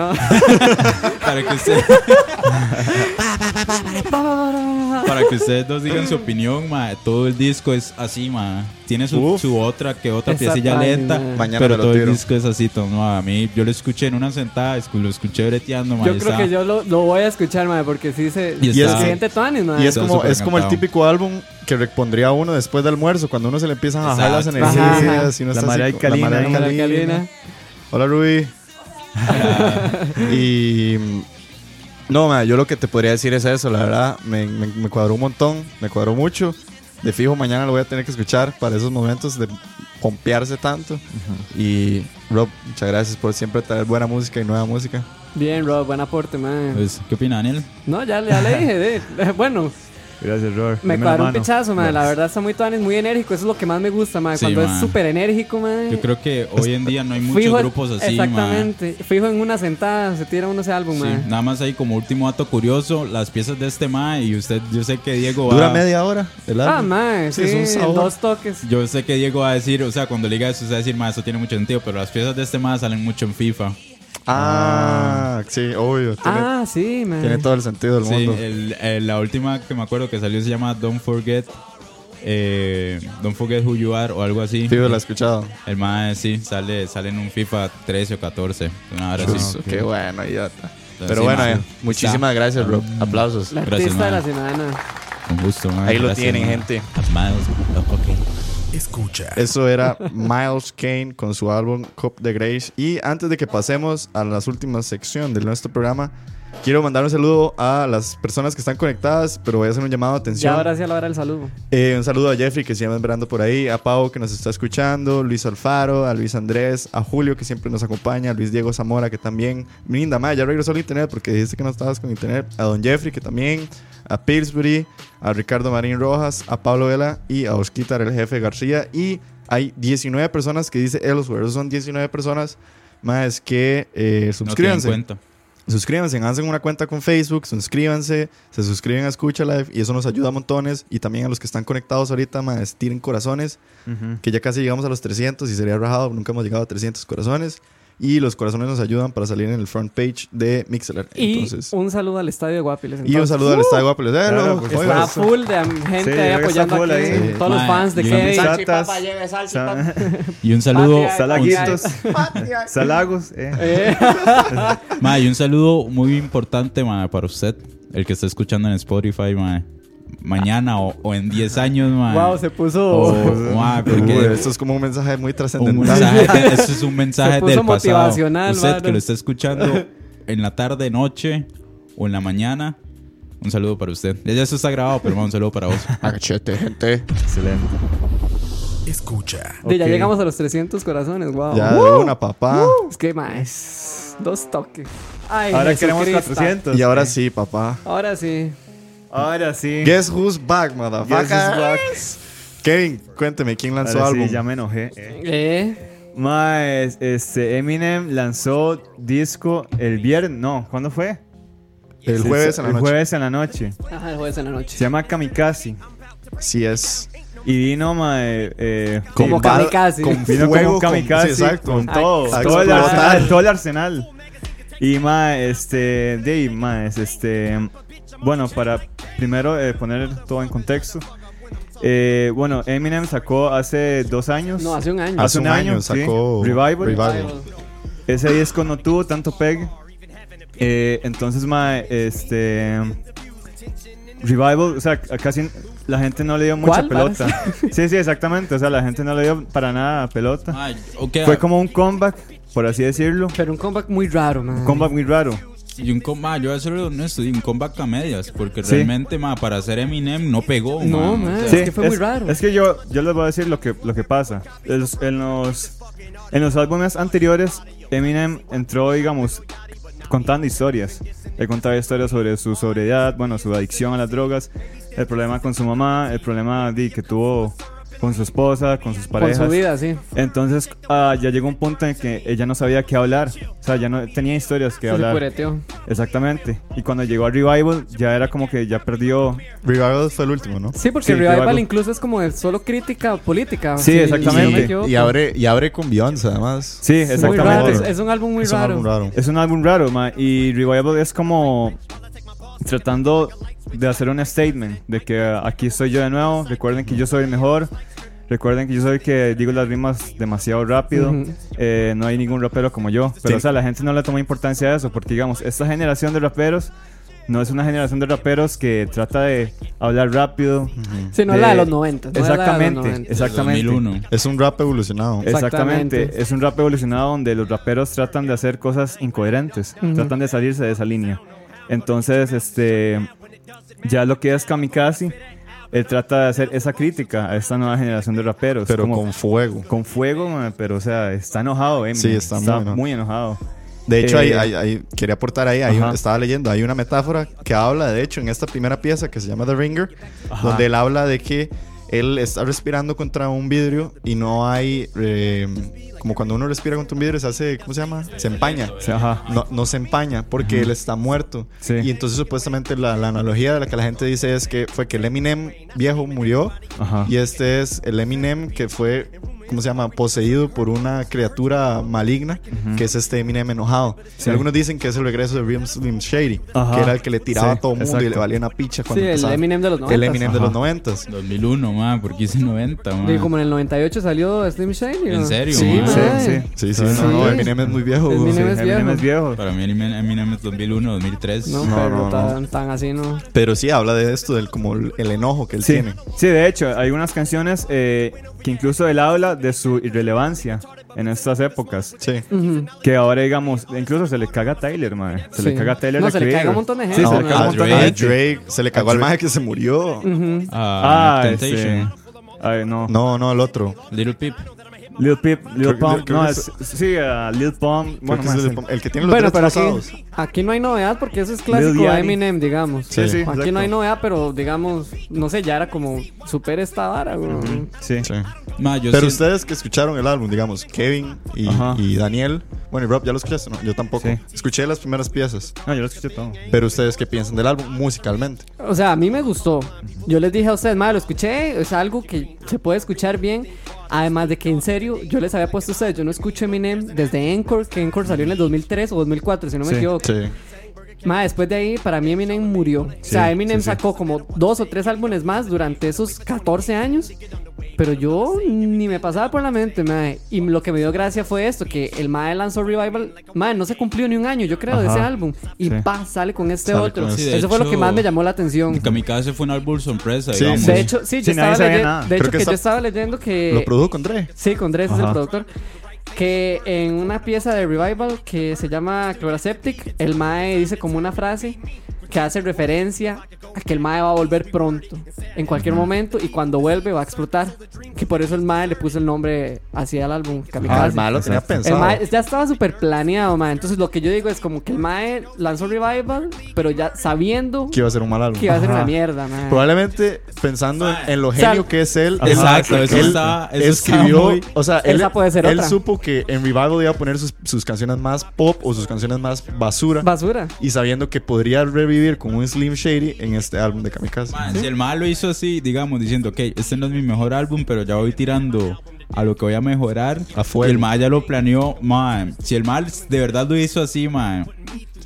S6: No.
S7: Para que ustedes. Para que ustedes dos digan su opinión, ma, todo el disco es así, ma. Tiene su,
S4: Uf.
S7: su otra que otra
S6: Esa
S7: piecilla
S6: vaina.
S7: lenta,
S4: Mañana
S7: pero
S4: me lo
S7: todo el
S4: tiro.
S7: disco es así, todo, no, a mí yo lo escuché en una sentada, escu- lo escuché breteando,
S6: *laughs*
S7: ma.
S6: Yo
S7: y
S6: creo
S7: estaba-
S6: que yo lo, lo voy a escuchar, ma, porque sí se,
S7: Y
S6: se
S7: está-
S6: siente tuanis, ma.
S4: Y es
S7: Están
S4: como,
S7: súper
S4: es como el
S7: encantados.
S4: típico álbum que repondría uno después del almuerzo, cuando uno se le empiezan a bajar las
S7: Exacto.
S4: energías
S6: Ajá, ajá.
S4: y uno
S5: La
S4: está
S5: marea
S4: así con-
S5: alcalina,
S4: marea
S5: ¿no?
S6: La alcalina.
S4: Hola, Ruby. *laughs* y. mm, No, ma, yo lo que te podría decir es eso, la verdad. Me, me- me cuadró un montón, me cuadró mucho. De fijo, mañana lo voy a tener que escuchar para esos momentos de pompearse tanto. Y Rob, muchas gracias por siempre traer buena música y nueva música.
S6: Bien, Rob, buen aporte, ma.
S7: Pues, ¿Qué opina Daniel?
S6: No, ya, ya le dije. de- *laughs* bueno,
S5: Gracias, Robert.
S6: me
S5: Dame la
S6: cuadró un
S5: mano.
S6: pichazo, ma. La
S5: Gracias.
S6: verdad está muy tuanis, muy enérgico. Eso es lo que más me gusta, ma.
S7: Sí,
S6: Cuando es
S7: ma.
S6: súper enérgico, ma.
S7: Yo creo que hoy en día no hay muchos
S6: Fijo-
S7: grupos así, ma.
S6: Exactamente. Fijo en una sentada, se tira uno ese álbum,
S7: Sí,
S6: ma.
S7: nada más ahí como último dato curioso, las piezas de este ma y usted, yo sé que Diego va-
S4: Dura media hora el
S6: Ah,
S4: álbum.
S6: ma, sí,
S4: Sí, es un sabor.
S6: dos toques.
S7: Yo sé que Diego va a decir, o sea, cuando le diga eso, se va a decir, ma, eso tiene mucho sentido, pero las piezas de este ma salen mucho en FIFA.
S4: Ah, sí, obvio. Tiene,
S6: Ah, sí, ma.
S4: tiene todo el sentido del
S7: Sí,
S4: mundo.
S7: el- el- la última que me acuerdo que salió se llama Don't Forget. eh, Don't Forget Who You Are o algo así.
S4: Fijo, la he escuchado.
S7: El mae sí, sale, sale en un FIFA 13 o 14. Una hora así.
S4: Qué bueno, idiota. Pero
S7: Sí, Mm.
S4: bueno,
S7: mae.
S4: eh, muchísimas gracias, Rob. Aplausos.
S6: La
S7: Gracias,
S6: artista de la
S7: mae.
S6: semana.
S7: Está Con gusto, mae.
S4: Ahí lo
S7: Gracias,
S4: tienen,
S7: mae.
S4: gente.
S7: Las manos. Ok.
S3: Escucha.
S4: Eso era Miles Kane con su álbum Cup de Grace. Y antes de que pasemos a las últimas sección de nuestro programa, quiero mandar un saludo a las personas que están conectadas, pero voy a hacer un llamado de atención.
S6: Ya ahora sí a la hora del saludo.
S4: Eh, un saludo a Jeffrey que se llama esperando por ahí, a Pau que nos está escuchando, Luis Alfaro, a Luis Andrés, a Julio que siempre nos acompaña, a Luis Diego Zamora que también, linda madre, ya regresó al internet porque dijiste que no estabas con internet, a Don Jeffrey que también, a Pillsbury, a Ricardo Marín Rojas, a Pablo Vela y a Osquitar el jefe García y hay 19 personas que dice Elsewhere, esos son 19 personas más que eh,
S7: No te dan
S4: suscríbanse.
S7: cuenta.
S4: Suscríbanse, hacen una cuenta con Facebook, suscríbanse, se suscriben a Escucha Live y eso nos ayuda a montones. Y también a los que están conectados ahorita, más tiren corazones, que ya casi llegamos a los 300 y sería rajado, nunca hemos llegado a 300 corazones. Y los corazones nos ayudan para salir en el front page de Mixler.
S6: Y
S4: entonces,
S6: un saludo al estadio de
S4: y
S6: Guapiles.
S4: un
S6: entonces. Uh,
S4: saludo al Estadio Apple.
S5: Claro, por favor.
S6: Está full de gente
S5: Sí,
S6: ahí
S5: está
S6: apoyando
S5: full
S6: aquí,
S5: ahí.
S6: todos los
S7: Mae,
S6: fans de
S7: yo
S6: Kevin. *laughs*
S7: empecé-
S5: Chatas, *laughs*
S7: Y un saludo.
S6: Patria,
S5: salaguitos, salagos. eh.
S7: Mae, y un saludo muy importante, mae, para usted, el que está escuchando en Spotify, mae. Mañana o, o en 10 años, mae.
S6: Wow, se puso,
S7: O- mae, porque
S4: esto es como un mensaje muy
S7: un
S4: trascendental. *laughs*
S7: mensaje, eso es un
S6: Se
S7: mensaje
S6: puso
S7: del pasado.
S6: motivacional,
S7: Usted
S6: mae.
S7: que lo está escuchando en la tarde, noche o en la mañana, un saludo para usted. Ya eso está grabado, pero mae, un saludo para vos.
S3: Agachete, gente.
S5: Excelente.
S3: Escucha.
S6: de ya
S5: Ok.
S6: llegamos a los 300 corazones, wow.
S4: Ya de una, papá.
S6: Es que más, dos toques. Ay,
S5: Ahora
S6: Jesucristo.
S5: queremos 400.
S4: Y ahora sí, papá.
S6: Ahora sí.
S5: Ahora sí.
S4: Guess who's back,
S5: Guess who's
S4: motherfucker.
S5: back.
S4: Kevin, cuénteme, ¿quién lanzó
S5: Ahora
S4: álbum?
S5: sí, ya me enojé. eh.
S6: Eh,
S5: Más, este, Eminem lanzó disco el viernes. No, ¿cuándo fue?
S4: el jueves a la
S5: El
S4: noche.
S5: jueves en la noche.
S6: ajá, el jueves en la
S5: Se
S6: ah, noche.
S5: llama Kamikaze.
S4: Sí es.
S5: Y vino, mae, eh,
S6: Como
S4: Con bala-
S6: kamikaze.
S4: Con
S5: Vino
S4: fuego,
S5: como kamikaze,
S4: sí, exacto.
S5: con todo,
S4: Ay,
S5: todo, el
S4: explotar.
S5: arsenal, todo el arsenal. Y más, este, Dave, más, este, bueno, para primero eh, poner todo en contexto. eh, bueno, Eminem sacó hace dos años.
S6: No, hace un año.
S4: Hace un año
S5: sí.
S4: sacó
S5: Revival.
S4: Revival.
S5: Ese disco no tuvo tanto peg. Eh, entonces, ma, este. Revival, o sea, a casi la gente no le dio mucha
S6: ¿Cuál?
S5: pelota. *laughs* Sí, sí, exactamente. O sea, la gente no le dio para nada pelota.
S7: Mae, ok,
S5: Fue como un comeback, por así decirlo.
S6: Pero un comeback muy raro, man.
S5: Comeback muy raro.
S7: Y un comeback, yo voy a ser honesto, y un comeback a medias, porque
S5: Sí.
S7: realmente, ma, para ser Eminem no pegó.
S6: No,
S7: ma.
S6: ma.
S7: O
S6: Ah, Es
S7: sea,
S6: que fue muy raro.
S5: Es que yo, yo les voy a decir lo que, lo que pasa. En los, en los, en los álbumes anteriores, Eminem entró, digamos, contando historias. Él contaba historias sobre su sobriedad, bueno, su adicción a las drogas, el problema con su mamá, el problema di, que tuvo con su esposa, con sus
S6: Con
S5: parejas.
S6: su vida, sí.
S5: Entonces ah, ya llegó un punto en que ella no sabía qué hablar. O sea, ya no tenía historias que
S6: Se
S5: hablar.
S6: pureteó.
S5: Exactamente. Y cuando llegó a Revival, ya era como que ya perdió.
S4: Revival fue el último, ¿no?
S6: Sí, porque
S5: Sí,
S6: Revival
S5: Revival.
S6: incluso es como de solo crítica política.
S5: Sí,
S6: si-
S5: exactamente.
S6: si no me equivoco.
S4: Y abre, y abre con Beyoncé, además.
S5: Sí,
S6: Es muy raro, es,
S5: exactamente.
S6: es un álbum muy
S4: Es un
S6: raro.
S4: álbum raro.
S5: Es un álbum raro, ma, y Revival es como tratando de hacer un statement de que ah, aquí estoy yo de nuevo, recuerden que yo soy el mejor, recuerden que yo soy el que digo las rimas demasiado rápido,
S6: Ujú.
S5: eh, no hay ningún rapero como yo,
S4: Sí.
S5: pero o sea, la gente no le toma importancia a eso, porque digamos, esta generación de raperos no es una generación de raperos que trata de hablar rápido.
S6: Sí, no
S5: de-
S6: la de los 90. no era la de los
S5: Exactamente,
S6: 90.
S5: exactamente.
S7: 2001.
S4: Es un rap evolucionado.
S5: Exactamente.
S6: Exactamente.
S5: Es un rap evolucionado donde los raperos tratan de hacer cosas incoherentes,
S6: Ujú.
S5: tratan de salirse de esa línea. Entonces, este, ya lo que es Kamikaze, él trata de hacer esa crítica a esta nueva generación de raperos.
S4: pero
S5: como-
S4: con fuego.
S5: con fuego, man, pero o sea, está enojado, Eminem.
S4: Sí, está muy enojado.
S5: muy enojado.
S4: De hecho,
S5: Eh,
S4: ahí, ahí- ahí- quería aportar ahí, ahí
S5: Ajá.
S4: estaba leyendo, hay una metáfora que habla, de hecho, en esta primera pieza que se llama The Ringer,
S5: Ajá.
S4: donde él habla de que él está respirando contra un vidrio y no hay, eh, como cuando uno respira contra un vidrio, se hace, ¿cómo se llama? Se empaña.
S5: O sea, ajá.
S4: no, no se empaña porque él está muerto.
S5: Sí.
S4: Y entonces supuestamente la, la analogía de la que la gente dice es que fue que el Eminem viejo murió
S5: Ajá.
S4: y este es el Eminem que fue ¿cómo se llama? Poseído por una criatura maligna, que es este Eminem enojado. Y algunos dicen que es el regreso de Real Slim Shady,
S5: Ajá.
S4: que era el que le tiraba a
S5: Sí,
S4: todo el mundo y le
S5: exacto.
S4: valía una picha cuando
S6: Sí, el
S4: empezaba.
S6: Eminem de los
S4: El
S6: 90s.
S4: Eminem de los noventas.
S7: 2001, ma, porque hice 90, ma.
S6: Y como en el 98 salió Slim Shady.
S7: ¿En
S6: ¿no?
S7: serio,
S6: Sí,
S7: man?
S6: mae.
S5: Sí,
S4: Sí,
S5: sí.
S4: sí, no, no, Eminem es muy viejo. güey.
S6: Eminem es
S5: Eminem
S6: viejo.
S5: es viejo.
S7: Para mí Eminem Eminem es 2001, 2003.
S6: No,
S4: No,
S6: pero
S4: no, no.
S6: Tan, tan así no.
S4: Pero sí habla de esto, del como el el enojo que él
S5: Sí,
S4: tiene.
S5: sí, de hecho, hay unas canciones eh, que incluso él habla de su irrelevancia en estas épocas.
S4: Sí.
S5: Que ahora, digamos, incluso se le caga a Tyler, madre. Se le
S6: Sí.
S5: caga a Tyler.
S6: No, se le
S5: Creator.
S6: caga un montón de gente,
S5: Sí, se
S4: No,
S5: le caga
S4: a
S5: un montón de
S4: Drake,
S5: gente.
S4: Drake, se le cagó al maje que se murió.
S5: Ah,
S7: Ah, Temptation.
S5: este. Ay, no.
S4: No, no, el otro.
S7: Little Peep.
S5: Lil Peep, Lil
S4: que-
S5: Pump.
S4: creo
S5: no,
S4: que
S5: es, sí, ah, Lil Pump.
S4: Creo
S5: Bueno,
S4: que es
S5: más,
S4: el, el que tiene los
S6: Bueno,
S4: tres
S6: pero aquí,
S4: rosados.
S6: aquí no hay novedad porque eso es clásico
S5: Lil
S6: de
S5: Yachty.
S6: Eminem, digamos.
S4: Sí, sí,
S6: Aquí
S5: exacto.
S6: no hay novedad, pero digamos, no sé, ya era como super esta vara, güey.
S5: sí.
S4: Sí.
S7: Ma, yo
S4: Pero
S7: siento-
S4: ustedes que escucharon el álbum, digamos, Kevin y,
S5: Ajá.
S4: y Daniel. Bueno, y Rob, ¿ya lo escuchaste? No, yo tampoco.
S5: Sí.
S4: Escuché las primeras piezas.
S5: No, yo lo escuché todo.
S4: Pero ustedes, ¿qué piensan del álbum musicalmente?
S6: O sea, a mí me gustó. Yo les dije a ustedes, madre, lo escuché, es algo que se puede escuchar bien. Además de que en serio, yo les había puesto a ustedes, yo no escucho Eminem desde Encore, que Encore salió en el 2003 o 2004, si no me
S5: Sí,
S6: equivoco.
S4: Sí.
S6: Ma, después de ahí, para mí Eminem murió. o sea, Eminem
S5: sí, sí.
S6: sacó como dos o tres álbumes más durante esos 14 años. Pero yo ni me pasaba por la mente, mae. Y lo que me dio gracia fue esto, que el Mae lanzó Revival. Mae, no se cumplió ni un año, yo creo, de ese
S5: Ajá.
S6: álbum. Y
S5: Sí.
S6: pa, sale con este
S4: Sale
S6: otro.
S4: con
S7: este. Sí, de
S6: Eso fue lo que
S7: hecho,
S6: más me llamó la atención.
S7: Kamikaze fue un álbum sorpresa,
S4: Sí,
S7: digamos.
S4: sí.
S6: De hecho, sí, yo
S5: Sí, nadie
S6: estaba
S5: sabía
S6: leyendo.
S5: nada.
S6: De hecho,
S4: Creo que
S6: que yo
S4: está-
S6: estaba leyendo que.
S4: Lo produjo con Dre.
S6: Sí, con Dres es el
S5: Ajá.
S6: productor. Que en una pieza de Revival que se llama Chloraseptic, el Mae dice como una frase que hace referencia a que el Mae va a volver pronto, en cualquier momento, y cuando vuelve va a explotar. Que por eso el Mae le puso el nombre así al álbum, Kamikaze.
S4: Ah, el malo tenía
S6: El
S4: pensado.
S6: mae ya estaba súper planeado, mae. Entonces lo que yo digo es como que el mae lanzó Revival, pero ya sabiendo
S4: que
S6: que
S4: iba a ser un mal álbum.
S6: iba a ser
S5: Ajá.
S6: una mierda, mae.
S4: Probablemente pensando en, en lo genio
S6: sea,
S4: que es él.
S7: Ajá, exacto, eso
S4: él
S7: está- eso está
S4: escribió.
S7: muy-
S4: O sea, él,
S6: Esa puede ser
S4: él
S6: otra.
S4: supo que en Revival iba a poner sus, sus canciones más pop o sus canciones más basura.
S6: Basura.
S4: y sabiendo que podría revivir con un Slim Shady en este álbum de Kamikaze.
S7: Man, Si el mal lo hizo así, digamos, diciendo, ok, este no es mi mejor álbum, pero ya voy tirando a lo que voy a mejorar.
S4: A fuego.
S7: Y el mal ya lo planeó, man. Si el mal de verdad lo hizo así, man.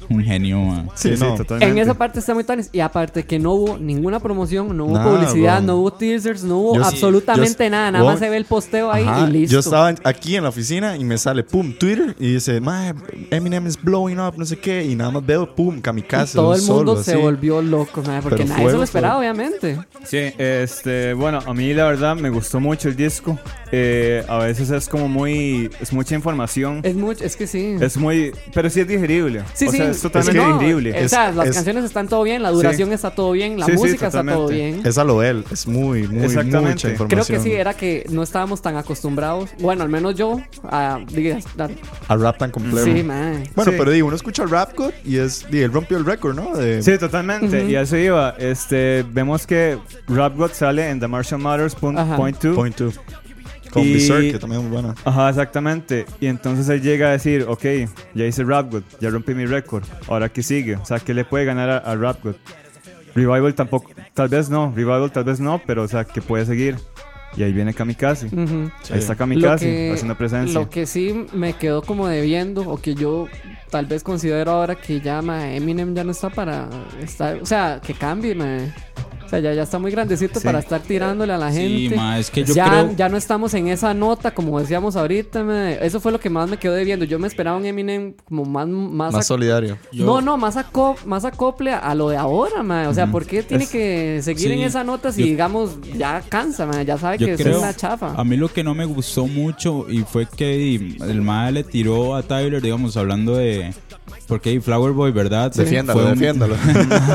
S7: Un genio, man.
S4: Sí, no.
S6: En esa parte está muy tanis. Y aparte que no hubo ninguna promoción, no hubo
S4: Nada,
S6: publicidad,
S4: weón.
S6: no hubo teasers, no hubo
S4: Yo-
S6: absolutamente
S4: yo-
S6: nada. Nada
S4: weón.
S6: más se ve el posteo ahí
S4: Ajá,
S6: y listo.
S4: Yo estaba aquí en la oficina y me sale, pum, Twitter y dice, "Mae, Eminem is blowing up, no sé qué, y nada más veo, pum, kamikaze.
S6: Y todo
S4: un
S6: el mundo
S4: solo,
S6: se
S4: así.
S6: volvió loco, madre, porque
S4: Pero
S6: nadie se
S4: fuego,
S6: lo esperaba,
S4: fuego.
S6: obviamente.
S5: Sí, este, bueno, a mí la verdad me gustó mucho el disco. Eh, a veces es como muy, es mucha información.
S6: Es mucho, es que sí.
S5: Es muy, pero sí es digerible.
S6: sí,
S5: o
S6: sí.
S5: sea, es totalmente
S4: que-
S6: no, eh,
S5: digerible.
S6: o sea,
S4: Es-
S6: las
S4: es-
S6: canciones están todo bien, la duración está todo bien, la
S5: Sí, sí,
S6: música está todo
S5: totalmente.
S6: bien.
S4: Es a lo de él, es muy, muy,
S5: Exactamente.
S4: mucha información.
S6: Creo que sí, eh. era que no estábamos tan acostumbrados. Bueno, al menos yo. A, diga- a-
S4: A rap tan complejo.
S6: sí, madre.
S4: bueno,
S5: Sí.
S4: pero digo, uno escucha rap God y es, y él rompió el récord, ¿no? De-
S5: Sí, totalmente. Y así iba. Este, vemos que Rap God sale en The Martian Matters pun-
S6: Ajá.
S5: point two.
S4: Point two. Con
S5: Y-
S4: Berserk, que también es muy buena.
S5: Ajá, exactamente. Y entonces él llega a decir, ok, ya hice Rap God, ya rompí mi récord. Ahora qué sigue. O sea, ¿qué le puede ganar a, a Rap God? Revival tampoco, tal vez no, Revival tal vez no, pero o sea, que puede seguir. Y ahí viene Kamikaze.
S6: Ujú.
S5: Ahí está
S6: Mm, Lo
S5: Kamikaze
S6: que-
S5: haciendo presencia.
S6: Lo que sí me quedó como debiendo, o que yo tal vez considero ahora que ya ma, Eminem ya no está para estar. O sea, que cambie, ma. O sea, ya, ya está muy grandecito
S5: Sí.
S6: para estar tirándole a la
S7: Sí,
S6: gente.
S7: ma, es que yo
S6: ya,
S7: creo-
S6: ya no estamos en esa nota, como decíamos ahorita, ma. Eso fue lo que más me quedó debiendo. Yo me esperaba un Eminem como más. Más,
S4: Más
S6: ac-
S4: solidario.
S7: Yo-
S6: No, no, más, aco- más acople a lo de ahora, ma. O sea, ¿por qué tiene
S5: Es-
S6: que seguir
S7: sí.
S6: en esa nota si,
S7: Yo-
S6: digamos, ya cansa, ma? Ya sabe
S7: Yo
S6: que
S7: creo-
S6: es una chafa.
S7: A mí lo que no me gustó mucho y fue que y, el mal le tiró a Tyler, digamos, hablando de... Porque y Flower Boy, ¿verdad?
S4: Defiéndalo,
S7: Fue
S4: *laughs*
S7: un-
S4: defiéndalo.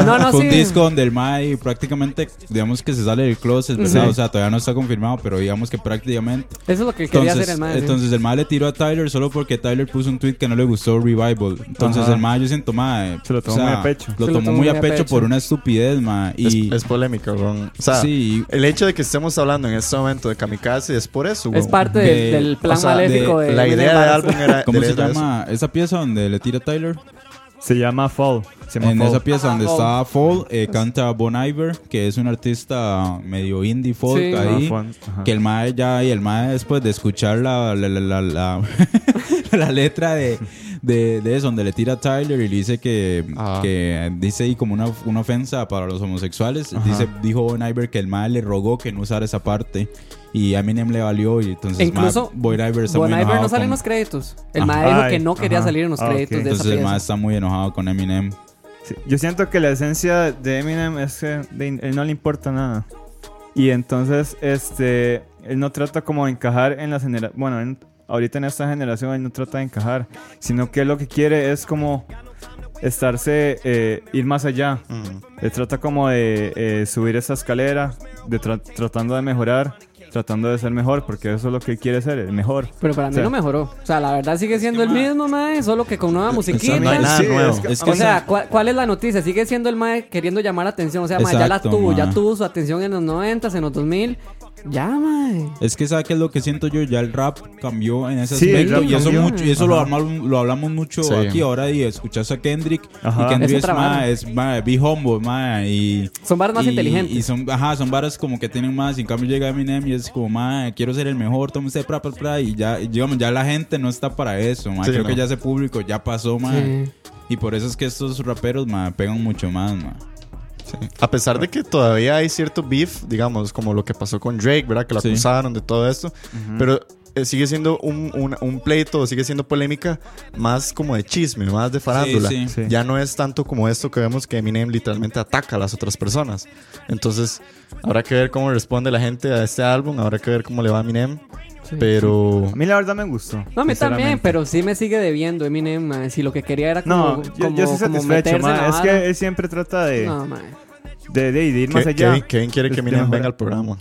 S6: No, no,
S7: fue un
S6: Ah, sí.
S7: disco donde el Mae prácticamente, digamos que se sale del closet, ¿verdad?
S6: Sí.
S7: O sea, todavía no está confirmado, pero digamos que prácticamente.
S6: Eso es lo que quería
S7: Entonces,
S6: hacer el mae. sí.
S7: entonces el Mae le tiró a Tyler solo porque Tyler puso un tweet que no le gustó Revival. Entonces
S5: Ajá.
S7: el Mae, yo siento, Mae.
S5: Se lo tomó muy a pecho.
S7: Lo tomó muy a pecho por una estupidez, Mae. Y.
S4: Es, es polémico, weón. O sea,
S7: Sí.
S4: el hecho de que estemos hablando en este momento de Kamikaze es por eso,
S6: Es
S4: weón.
S6: parte
S7: de-
S6: del, del plan
S4: O sea,
S6: maléfico de,
S4: de- La
S6: Eminem
S4: idea del
S6: Barnes.
S4: álbum era.
S7: ¿Cómo
S4: de
S7: se
S4: letras.
S7: llama esa pieza donde le tira a Tyler?
S5: Se llama Fall. Se llama
S7: En
S5: Fall.
S7: esa pieza donde
S6: Ah,
S7: está Fall, eh, canta Bon Iver, que es un artista medio indie folk
S6: Sí.
S7: ahí.
S5: Ah, Fall, ajá.
S7: que el mae ya, y el mae después de escuchar la, la, la, la, la- *laughs* la letra de, de, de eso, donde le tira a Tyler y le dice que,
S4: Ah.
S7: que dice ahí como una, una ofensa para los homosexuales, dice, dijo Bon Iver que el mae le rogó que no usara esa parte. Y a Eminem le valió y entonces mae,
S6: Incluso
S7: Bon Iver está
S6: Bon
S7: muy
S6: Iver no
S7: enojado
S6: sale en
S7: con-
S6: los créditos. El
S7: Ah.
S6: mae dijo
S5: Ay,
S6: que no quería
S5: ajá.
S6: salir en los
S5: Ah, ok.
S6: créditos de esa
S7: Entonces el mae
S6: pieza.
S7: está muy enojado con Eminem.
S5: Sí, Yo siento que la esencia de Eminem es que de- él no le importa nada. Y entonces, este, él no trata como de encajar en la generación. Bueno, en- ahorita en esta generación él no trata de encajar, sino que él lo que quiere es como estarse, eh, ir más allá. Él trata como de eh, subir esa escalera, de tra- tratando de mejorar, tratando de ser mejor, porque eso es lo que él quiere ser, el mejor.
S6: Pero para mí
S5: Sí.
S6: no mejoró. O sea, la verdad sigue siendo el mismo mae, solo que con nueva musiquita.
S7: Exacto.
S4: no hay nada
S7: Sí,
S4: nuevo.
S7: es que-
S6: Es que o sea, ¿cuál, cuál es la noticia? Sigue siendo el mae queriendo llamar la atención. O sea, mae, ya la
S7: Exacto,
S6: tuvo, ya
S7: mae.
S6: tuvo su atención en los 90, en los 2000. Ya, mae.
S7: Es que sabes que es lo que siento yo, ya el rap cambió en ese
S5: Sí, el
S7: aspecto
S5: rap
S7: y eso,
S5: cambió.
S7: mucho, y eso lo, hablamos, lo hablamos mucho
S4: Sí.
S7: aquí ahora y escuchas a Kendrick
S5: Ajá.
S7: y Kendrick
S6: Es
S7: es,
S6: otra
S7: más,
S6: vara.
S7: es más, be humble, más, y
S6: Son varas más
S7: y-
S6: inteligentes.
S7: Y son, ajá, son varas como que tienen más, y en cambio llega Eminem y es como, más, quiero ser el mejor, toma usted pra, pra, pra", y ya, y digamos, ya la gente no está para eso, ma.
S4: Sí,
S7: creo
S4: no.
S7: que ya ese público ya pasó, más,
S6: Sí.
S7: y por eso es que estos raperos, ma, pegan mucho más, ma.
S4: A pesar de que todavía hay cierto beef, digamos, como lo que pasó con Drake, ¿verdad? Que lo
S7: Sí.
S4: acusaron de todo esto. Pero eh, sigue siendo un, un- un pleito, sigue siendo polémica más como de chisme, más de farándula.
S7: sí.
S5: Sí.
S4: Ya no es tanto como esto que vemos que Eminem literalmente ataca a las otras personas. Entonces, habrá que ver cómo responde la gente a este álbum, habrá que ver cómo le va a Eminem. Pero...
S5: A mí la verdad me gustó.
S6: No, a mí también,
S5: sinceramente.
S6: pero sí me sigue debiendo Eminem, mae. Si lo que quería era como,
S5: No, yo,
S6: como,
S5: yo estoy
S6: como
S5: satisfecho,
S6: meterse en
S5: ma.
S6: la
S5: Es que
S6: vara.
S5: él siempre trata de,
S6: No, mae.
S5: de, de- de ir más
S4: Ke-
S5: allá.
S4: Kevin, Kevin quiere que
S5: Es
S4: Eminem
S5: mejor.
S4: venga al programa.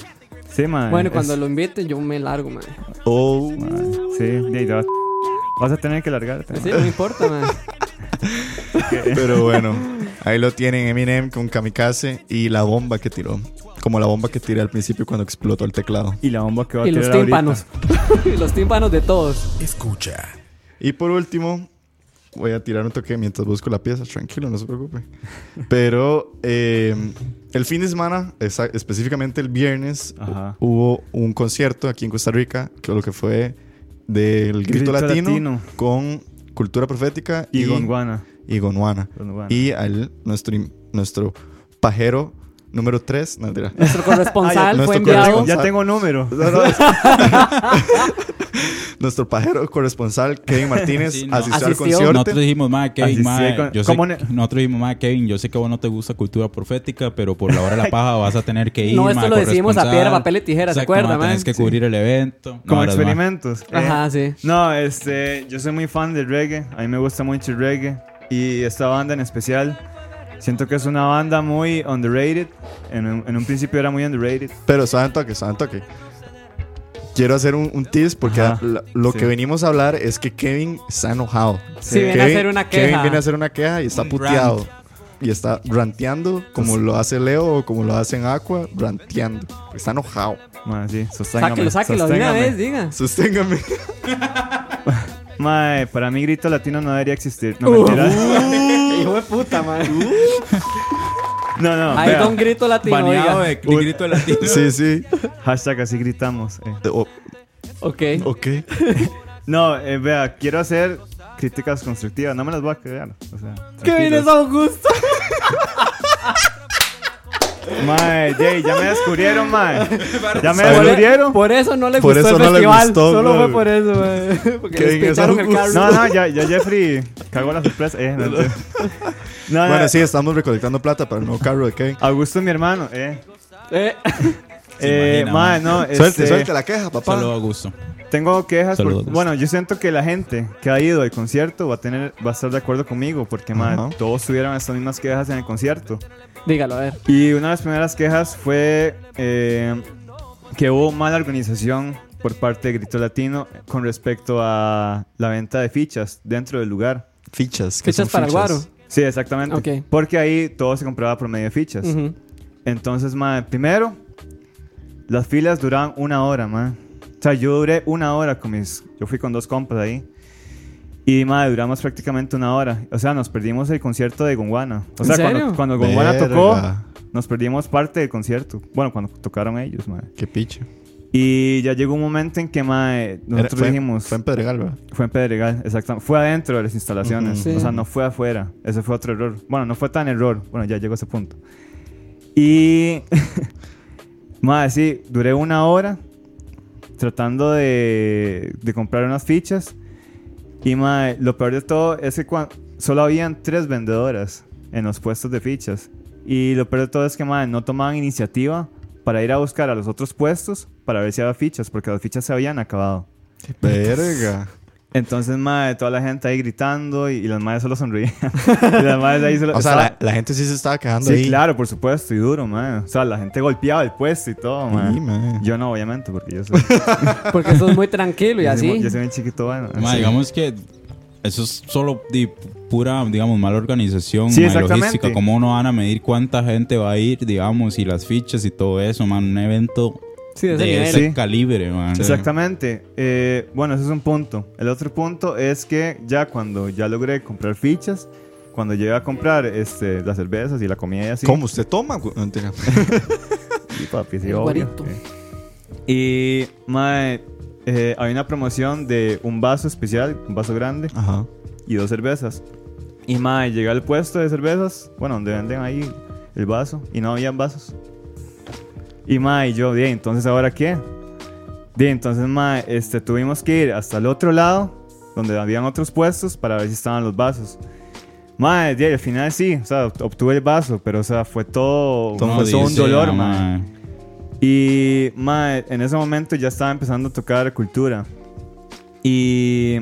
S5: Sí, ma.
S6: Bueno,
S5: es-
S6: cuando lo inviten yo me largo, mae.
S4: Oh,
S5: Sí, de ahí te vas- Vas a tener que largarte.
S6: Pues Sí, no
S4: *laughs*
S6: me importa, mae.
S4: Pero bueno, ahí lo tienen Eminem con Kamikaze y la bomba que tiró. Como la bomba que tiré al principio cuando explotó el teclado.
S5: Y la bomba que va a
S6: Y los
S5: tirar ahorita.
S6: tímpanos. *laughs* y los tímpanos de todos.
S3: Escucha.
S4: Y por último, voy a tirar un toque mientras busco la pieza. Tranquilo, no se preocupe. Pero eh, el fin de semana, esa- específicamente el viernes,
S5: Ajá.
S4: hubo un concierto aquí en Costa Rica, que lo que fue del Grito,
S5: Grito
S4: Latino,
S5: Latino.
S4: con Cultura Profética
S5: Y Gondwana.
S4: y Gonuana.
S5: Gondwana.
S4: Y al nuestro, nuestro pajero número 3, *laughs*
S6: Nuestro corresponsal
S4: Ah, nuestro
S6: fue
S4: corresponsal.
S6: enviado.
S5: Ya tengo número. *laughs*
S4: nuestro pajero corresponsal Kevin Martínez
S7: Sí, no.
S4: asistió, al
S6: Asistió.
S4: concierto.
S7: Nosotros dijimos, ma,
S5: Así
S7: Kevin, ma,
S5: sí, con-
S7: yo
S5: ¿cómo
S7: sé,
S5: ne-
S7: nosotros dijimos, ma, Kevin, yo sé que a vos no te gusta cultura profética, pero por la hora de
S5: *laughs*
S7: la paja vas a tener que ir.
S6: No, esto
S7: ma,
S6: lo decidimos a
S7: corresponsal.
S6: piedra, papel y tijera, ¿se
S7: Exacto,
S6: acuerda, ma?
S7: Tienes que cubrir el evento.
S5: Como
S7: No, ahora, ma.
S5: experimentos. Eh,
S6: Ajá, sí.
S5: No, este, yo soy muy fan del reggae. A mí me gusta mucho el reggae. Y esta banda en especial. Siento que es una banda muy underrated. En un, en un principio era muy underrated.
S4: Pero saben toque, saben toque. Quiero hacer un, un tease porque
S5: Ajá,
S4: la- lo
S5: sí.
S4: que venimos a hablar es que Kevin está enojado.
S6: Sí, viene a hacer una queja.
S4: Kevin viene a hacer una queja y está
S7: Un
S4: puteado.
S7: rant.
S4: Y está ranteando como lo hace Leo o como lo hacen Aqua, ranteando. Está enojado. *laughs*
S5: Ma, sí, sosténgame,
S6: Sáquelo, sáquelo, de una
S5: sosténgame.
S4: Sosténgame.
S6: vez, diga.
S5: Mae, para mí grito latino no debería existir. No, mentira.
S6: *laughs* Hijo de puta, mae.
S4: Uh,
S5: No, no.
S6: Ahí
S5: vea.
S6: da un grito latino,
S7: Baneado
S4: eh.
S6: oiga.
S7: de, de
S5: *laughs*
S7: grito latino.
S4: Sí, sí.
S5: Hashtag así gritamos. eh.
S4: O-
S6: Ok.
S4: ok.
S5: No, eh, vea, quiero hacer críticas constructivas. No me las voy a creer. O sea,
S6: ¿Qué vienes,
S5: tranquilos.
S6: Augusto?
S5: Mae, Jay, ya me descubrieron, mae. Ya me
S4: Por-
S5: descubrieron.
S6: Por eso no le
S4: Por
S6: gustó
S4: eso
S6: el
S4: no le
S6: festival.
S4: gustó,
S6: Solo
S4: güey.
S6: fue por eso, mae. *laughs* Porque
S4: Qué
S6: les
S4: bien,
S6: pincharon el
S4: Augusto.
S6: carro.
S5: No, no, ya, ya Jeffrey cagó la sorpresa. Eh, no, no. No,
S4: Bueno,
S5: no,
S4: sí, estamos recolectando plata para el nuevo carro de Kevin.
S5: Augusto es mi hermano, eh.
S6: Eh,
S5: Eh,
S7: imagina,
S5: mae, no,
S4: Suelte,
S5: este,
S4: suelte la queja, papá.
S7: Saludo a gusto.
S5: Tengo quejas. por-
S7: Saludos.
S5: bueno, yo siento que la gente que ha ido al concierto va a tener, va a estar de acuerdo conmigo, porque mae,
S4: Ajá.
S5: todos tuvieron estas mismas quejas en el concierto.
S6: dígalo, a ver.
S5: Y una de las primeras quejas fue eh, que hubo mala organización por parte de Grito Latino con respecto a la venta de fichas dentro del lugar.
S4: Fichas. ¿qué
S6: Fichas
S4: son
S6: para el guaro.
S5: Sí, exactamente.
S6: Ok.
S5: Porque ahí todo se compraba por medio de fichas.
S6: Ujú.
S5: Entonces, mae, primero, las filas duraban una hora, mae. O sea, yo duré una hora con mis... Yo fui con dos compas ahí. Y madre, duramos prácticamente una hora. O sea, nos perdimos el concierto de Gonguana. O sea,
S6: ¿En
S5: cuando,
S6: serio?
S5: cuando Gonguana tocó,
S4: Verga.
S5: nos perdimos parte del concierto. Bueno, cuando tocaron ellos, madre.
S4: Qué picha.
S5: Y ya llegó un momento en que madre,
S4: Era-
S5: nosotros
S4: fue,
S5: dijimos.
S4: Fue en Pedregal,
S5: *laughs*
S4: ¿verdad?
S5: Fue en Pedregal, exactamente. Fue adentro de las instalaciones.
S6: Ujú. Sí.
S5: O sea, no fue afuera. Ese fue otro error. Bueno, no fue tan error. Bueno, ya llegó a ese punto. Y. *laughs* Madre, sí, duré una hora tratando de, de comprar unas fichas. Y madre, lo peor de todo es que cuan- solo habían tres vendedoras en los puestos de fichas. Y lo peor de todo es que madre, no tomaban iniciativa para ir a buscar a los otros puestos para ver si había fichas, porque las fichas se habían acabado.
S4: Verga.
S5: Entonces, madre, toda la gente ahí gritando y, y las madres solo sonrían. *laughs* y las madres ahí solo.
S4: O sea,
S5: estaba-
S4: la, la gente sí se estaba quejando
S5: Sí,
S4: ahí.
S5: claro, por supuesto, y duro, madre. O sea, la gente golpeaba el puesto y todo, madre.
S4: Sí, mae.
S5: Yo no, obviamente, porque yo
S7: *laughs*
S5: soy.
S6: Porque sos muy tranquilo
S4: *laughs*
S6: y
S5: yo soy muy-
S6: así.
S5: Yo soy muy chiquito, bueno.
S7: Ma,
S5: Ah, sí.
S7: digamos que eso es solo di, pura, digamos, mala organización,
S5: Sí,
S7: ma,
S5: exactamente.
S7: logística. ¿Cómo no van a medir cuánta gente va a ir, digamos, y las fichas y todo eso, man? Un evento
S6: Sí, de
S7: de
S6: ese nivel.
S7: ese
S5: Sí.
S7: calibre, man.
S5: Exactamente. Eh, bueno, ese es un punto. El otro punto es que ya cuando ya logré comprar fichas, cuando llegué a comprar este, las cervezas y la comida y así.
S4: ¿Cómo usted toma? güey? No,
S5: *laughs*
S4: mentira.
S5: Sí, papi, sí,
S6: El
S5: obvio.
S6: guarito.
S5: Sí. Y, mae, eh, hay una promoción de un vaso especial, un vaso grande
S4: Ajá.
S5: y dos cervezas. Y, mae, llegué al puesto de cervezas, bueno, donde venden ahí el vaso, y no habían vasos. Y, mae, yo, de entonces, ¿ahora qué? De entonces, mae, este, tuvimos que ir hasta el otro lado, donde habían otros puestos, para ver si estaban los vasos. Mae, de al final sí, o sea, obtuve el vaso, pero, o sea, fue todo,
S7: No,
S5: fue todo un
S7: dice,
S5: dolor,
S7: ah,
S5: mae.
S7: ma.
S5: Y mae, en ese momento ya estaba empezando a tocar cultura. Y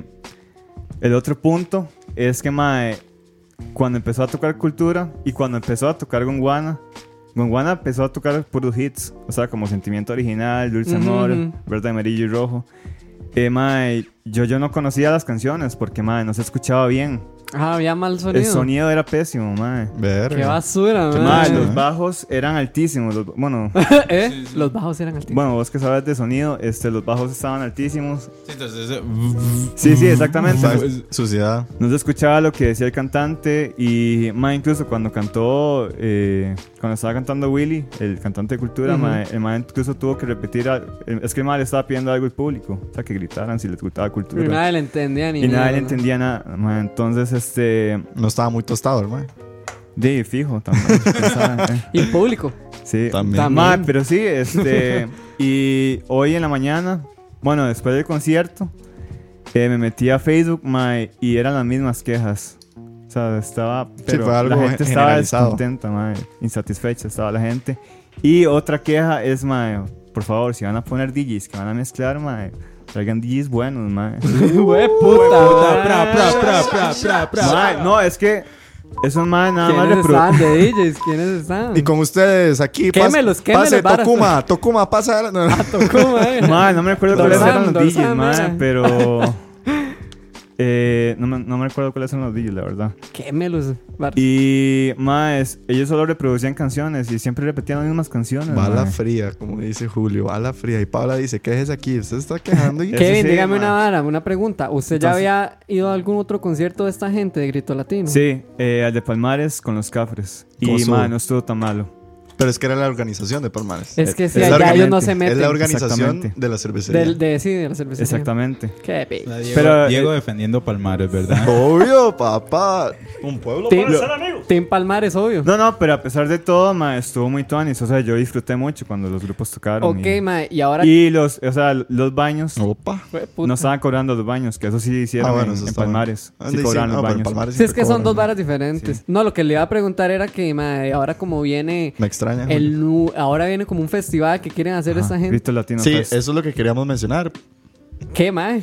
S5: el otro punto es que mae, cuando empezó a tocar cultura y cuando empezó a tocar Gonguana, Gonguana empezó a tocar puros hits, o sea, como Sentimiento Original, Dulce
S6: Ujú,
S5: Amor,
S6: ujú.
S5: Verde, Amarillo y Rojo. Eh, mae, yo, yo no conocía las canciones porque mae, no se escuchaba bien.
S6: Ah, había mal
S5: El
S6: sonido.
S5: sonido era pésimo, mae.
S4: Verga.
S6: Qué basura,
S4: Qué
S6: man.
S5: Mae,
S4: Ah.
S5: los bajos eran altísimos. los- bueno,
S6: *laughs* ¿Eh? Los bajos eran altísimos.
S5: Este, Bueno, vos que sabes de sonido, este, los bajos estaban altísimos.
S7: Sí, entonces, eh,
S5: Sí, sí, exactamente.
S4: Sa- Suciedad.
S5: No se escuchaba lo que decía el cantante y más incluso cuando cantó, eh, cuando estaba cantando Willy, el cantante de cultura,
S6: Ujú.
S5: mae, el mae incluso tuvo que repetir, al- el- es que el mae le estaba pidiendo algo al público, o sea, que gritaran si les gustaba
S6: Y
S5: cultura.
S6: nadie le entendía ni
S5: y nadie
S6: mierda.
S5: le entendía nada, mae. entonces, este,
S4: No estaba muy tostado, hermano.
S5: de fijo también. *laughs* ya saben, eh.
S6: Y
S5: *laughs*
S6: el público.
S5: Sí,
S4: También.
S5: También. pero sí, este. y hoy en la mañana, bueno, después del concierto, eh, me metí a Facebook mae, y eran las mismas quejas. O sea, estaba. Pero
S4: fue algo
S5: la gente estaba
S4: generalizado.
S5: descontenta, mae, insatisfecha estaba la gente. Y otra queja es, mae, por favor, si van a poner DJs que van a mezclar, mae, traigan DJs buenos, mae.
S6: Hue puta.
S7: pra, pra, pra, pra, pra, pra.
S5: Mae, no, es que esos mae nada más
S6: ¿Quiénes
S5: reprodu-
S6: están de DJs? ¿Quiénes
S5: *laughs*
S6: están?
S4: Y con ustedes aquí. pas-
S6: Quémelos, quémelos,
S4: Pase,
S6: varas.
S4: Tokuma. Tokuma, pasa. No, no.
S6: ¿Cómo, eh?
S5: Mae, no me recuerdo cuáles
S6: Dorsal,
S5: eran los DJs,
S6: dorsal,
S5: mae,
S6: mae.
S5: pero. *laughs* eh, no, me, no me recuerdo cuáles eran los DJs, la verdad.
S6: Quémelos. bar-
S5: Y, más, ellos solo reproducían canciones y siempre repetían las mismas canciones.
S4: Bala
S5: mae.
S4: fría, como dice Julio. Bala fría. Y Paula dice, ¿qué es aquí? Usted está quejando.
S6: *laughs*
S4: y-
S5: ¿Qué?
S6: Kevin,
S5: sí,
S6: dígame
S5: mae.
S6: una vara, una pregunta. ¿Usted ya
S5: Entonces-
S6: había ido a algún otro concierto de esta gente de Grito Latino?
S5: Sí, eh, al de Palmares con los Cafres.
S4: ¿Cómo
S5: Y,
S4: estuvo?
S5: mae, no estuvo tan malo.
S4: Pero es que era la organización de Palmares.
S6: Es que sí,
S5: Es
S6: ya
S5: la
S6: ellos no
S5: organización.
S6: se
S4: Es
S6: meten.
S4: la organización
S5: Exactamente.
S4: de la cervecería.
S6: Del- de, sí, de la cervecería.
S5: Exactamente.
S6: Qué bello.
S7: Diego,
S4: eh,
S5: Pero,
S7: Diego defendiendo
S4: *laughs*
S7: Palmares, ¿verdad?
S4: Obvio, papá. Un pueblo.
S6: Team, Team Palmares, obvio.
S5: No, no, pero a pesar de todo, mae, estuvo muy tuanis. O sea, yo disfruté mucho cuando los grupos tocaron.
S6: ok,
S5: y,
S6: mae. Y ahora...
S5: y los, o sea, los baños.
S4: Opa.
S6: Hue puta.
S5: No estaban cobrando los baños, que eso sí hicieron en,
S4: está
S5: en
S4: Oh, Ah, bueno.
S5: Palmares.
S4: Ah,
S5: Sí
S4: sí,
S5: cobraron
S4: no,
S5: los
S4: pero
S5: baños.
S4: Palmares
S6: Sí, es que
S4: siempre
S6: son dos
S4: cobran.
S6: varas diferentes. No, lo que le iba a preguntar era que, mae, ahora como viene...
S4: Me extraña.
S6: El, nu- ahora viene como un festival que quieren hacer esta gente.
S5: Grito Latino
S4: Sí,
S6: pues.
S5: Fest.
S4: eso es lo que queríamos mencionar.
S6: ¿Qué, mae?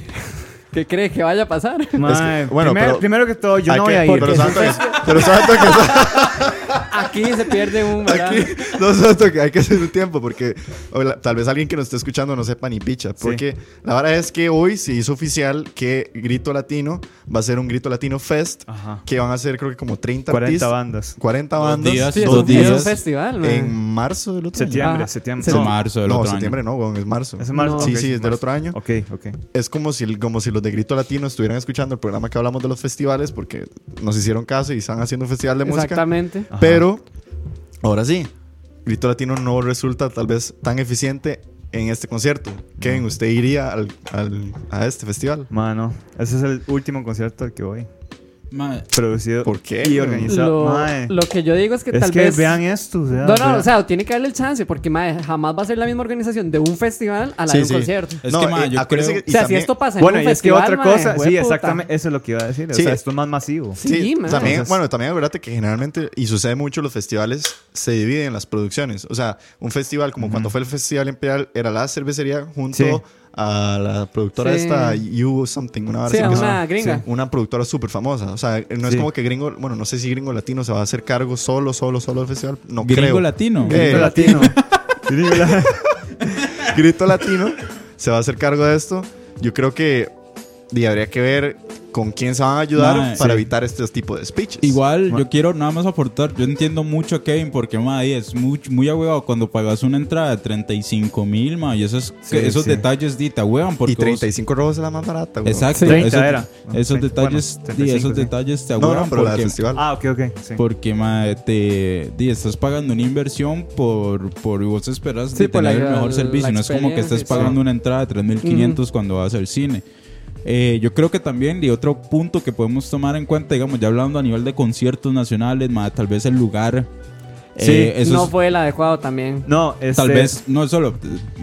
S6: ¿Qué cree que vaya
S5: *laughs*
S6: a pasar?
S5: Mae,
S4: Es que- bueno,
S5: primero,
S4: pero-
S5: primero que todo, yo
S4: Hay
S5: no voy
S4: que-
S5: a ir.
S6: pues.
S4: Pero santo que, pero santo que,
S6: Aquí se pierde un... ¿verdad?
S4: aquí, *laughs* no, santo que hay que hacer un tiempo porque o la- tal vez alguien que nos esté escuchando no sepa ni picha. Porque la verdad es que hoy se hizo oficial que Grito Latino va a ser un Grito Latino Fest
S5: Ajá.
S4: que van a ser creo que como 30
S5: 40
S4: artistas,
S5: bandas.
S4: 40
S7: Dos
S4: bandas
S7: días,
S6: Sí, es
S7: dos
S6: un, es un
S7: días
S6: festival, mae.
S4: en marzo del otro año.
S5: Septiembre,
S6: Ah,
S5: septiembre.
S6: se-
S7: marzo del
S4: no,
S7: otro año.
S4: septiembre no, weón, es marzo.
S5: ¿Es en marzo?
S6: No.
S4: Sí,
S5: Ok,
S4: sí,
S5: es
S4: es del
S5: marzo.
S4: otro año.
S5: Ok, ok.
S4: Es como si, como si los los de Grito Latino estuvieran escuchando el programa que hablamos de los festivales porque nos hicieron caso y están haciendo un festival de música.
S6: Exactamente.
S5: Ah,
S4: Pero, ahora sí, Grito Latino no resulta tal vez tan eficiente en este concierto. Kevin, ¿usted iría al- al- a este festival?
S5: Mano, ese es el último concierto al que voy.
S7: Mae,
S5: Producido
S4: ¿Por qué?
S5: y organizado.
S6: Lo,
S5: Mae,
S6: lo que yo digo es que
S5: es
S6: tal
S5: que
S6: vez.
S5: vean esto. O sea,
S6: no, no,
S5: vean-
S6: o sea, tiene que darle el chance porque mae, jamás va a ser la misma organización de un festival a la de un
S4: Sí, sí.
S6: concierto.
S7: Es que, ma,
S4: eh,
S7: yo
S4: acuérdese
S7: creo-
S6: O
S4: y
S6: sea,
S4: también-
S6: si esto pasa
S5: bueno,
S6: en
S5: y
S6: un
S5: es que
S6: festival,
S5: otra
S6: mae,
S5: cosa, sí,
S6: jueputa.
S5: exactamente, eso es lo que iba a decir.
S4: Sí.
S5: O sea, esto es más masivo.
S6: Sí, mae.
S4: también,
S5: Entonces-
S4: bueno, también acuérdate que generalmente, y sucede mucho, los festivales se dividen en las producciones. O sea, un festival como cuando fue el Festival Imperial era la cervecería junto
S5: Sí.
S4: a la productora
S6: Sí.
S4: esta You Something, una
S6: Sí,
S4: versión que es
S6: una gringa.
S4: una productora súper famosa. O sea, no es
S5: Sí.
S4: como que gringo, bueno, no sé si gringo latino se va a hacer cargo solo, solo, solo del festival. No
S7: Gringo
S4: creo.
S7: latino.
S4: Eh,
S5: Grito latino. Gringo latino.
S4: *laughs* Grito Latino se va a hacer cargo de esto. Yo creo que y habría que ver con quién se van a ayudar
S7: Mae,
S4: para
S7: sí.
S4: evitar este tipo de speeches.
S7: Igual,
S5: Ma-
S7: yo quiero nada más aportar. Yo entiendo mucho a Kevin porque, ma, ahí es muy, muy ahuevado cuando pagas una entrada de 35 mil, ma. Y esos,
S5: Sí,
S7: esos
S5: sí.
S7: detalles, di, te ahuevan porque.
S4: Y
S7: vos-
S4: 35 robos es la más barata, güey.
S7: Exacto.
S5: 30
S7: esos,
S5: era.
S7: Esos
S5: 30,
S7: detalles,
S5: bueno,
S7: di,
S5: 35,
S7: esos
S5: sí.
S7: detalles te
S4: No,
S7: ahuevan
S4: no, pero la del
S7: porque.
S4: festival.
S5: Ah, ok, ok. sí.
S7: Porque, ma, te. di, estás pagando una inversión por. por y vos esperas
S6: Sí,
S7: de
S6: por la-
S7: tener el mejor
S6: la
S7: servicio. No es como que
S6: experiencia, Mm.
S7: estés
S6: sí.
S7: pagando una entrada de 3.500 cuando vas al cine. Eh, yo creo que también, y otro punto que podemos tomar en cuenta, digamos, ya hablando a nivel de conciertos nacionales, ma, tal vez el lugar.
S5: Sí,
S7: eh, eso
S6: no
S7: es-
S6: fue el adecuado
S5: *laughs*
S6: también.
S5: No, este,
S7: Tal vez, no solo,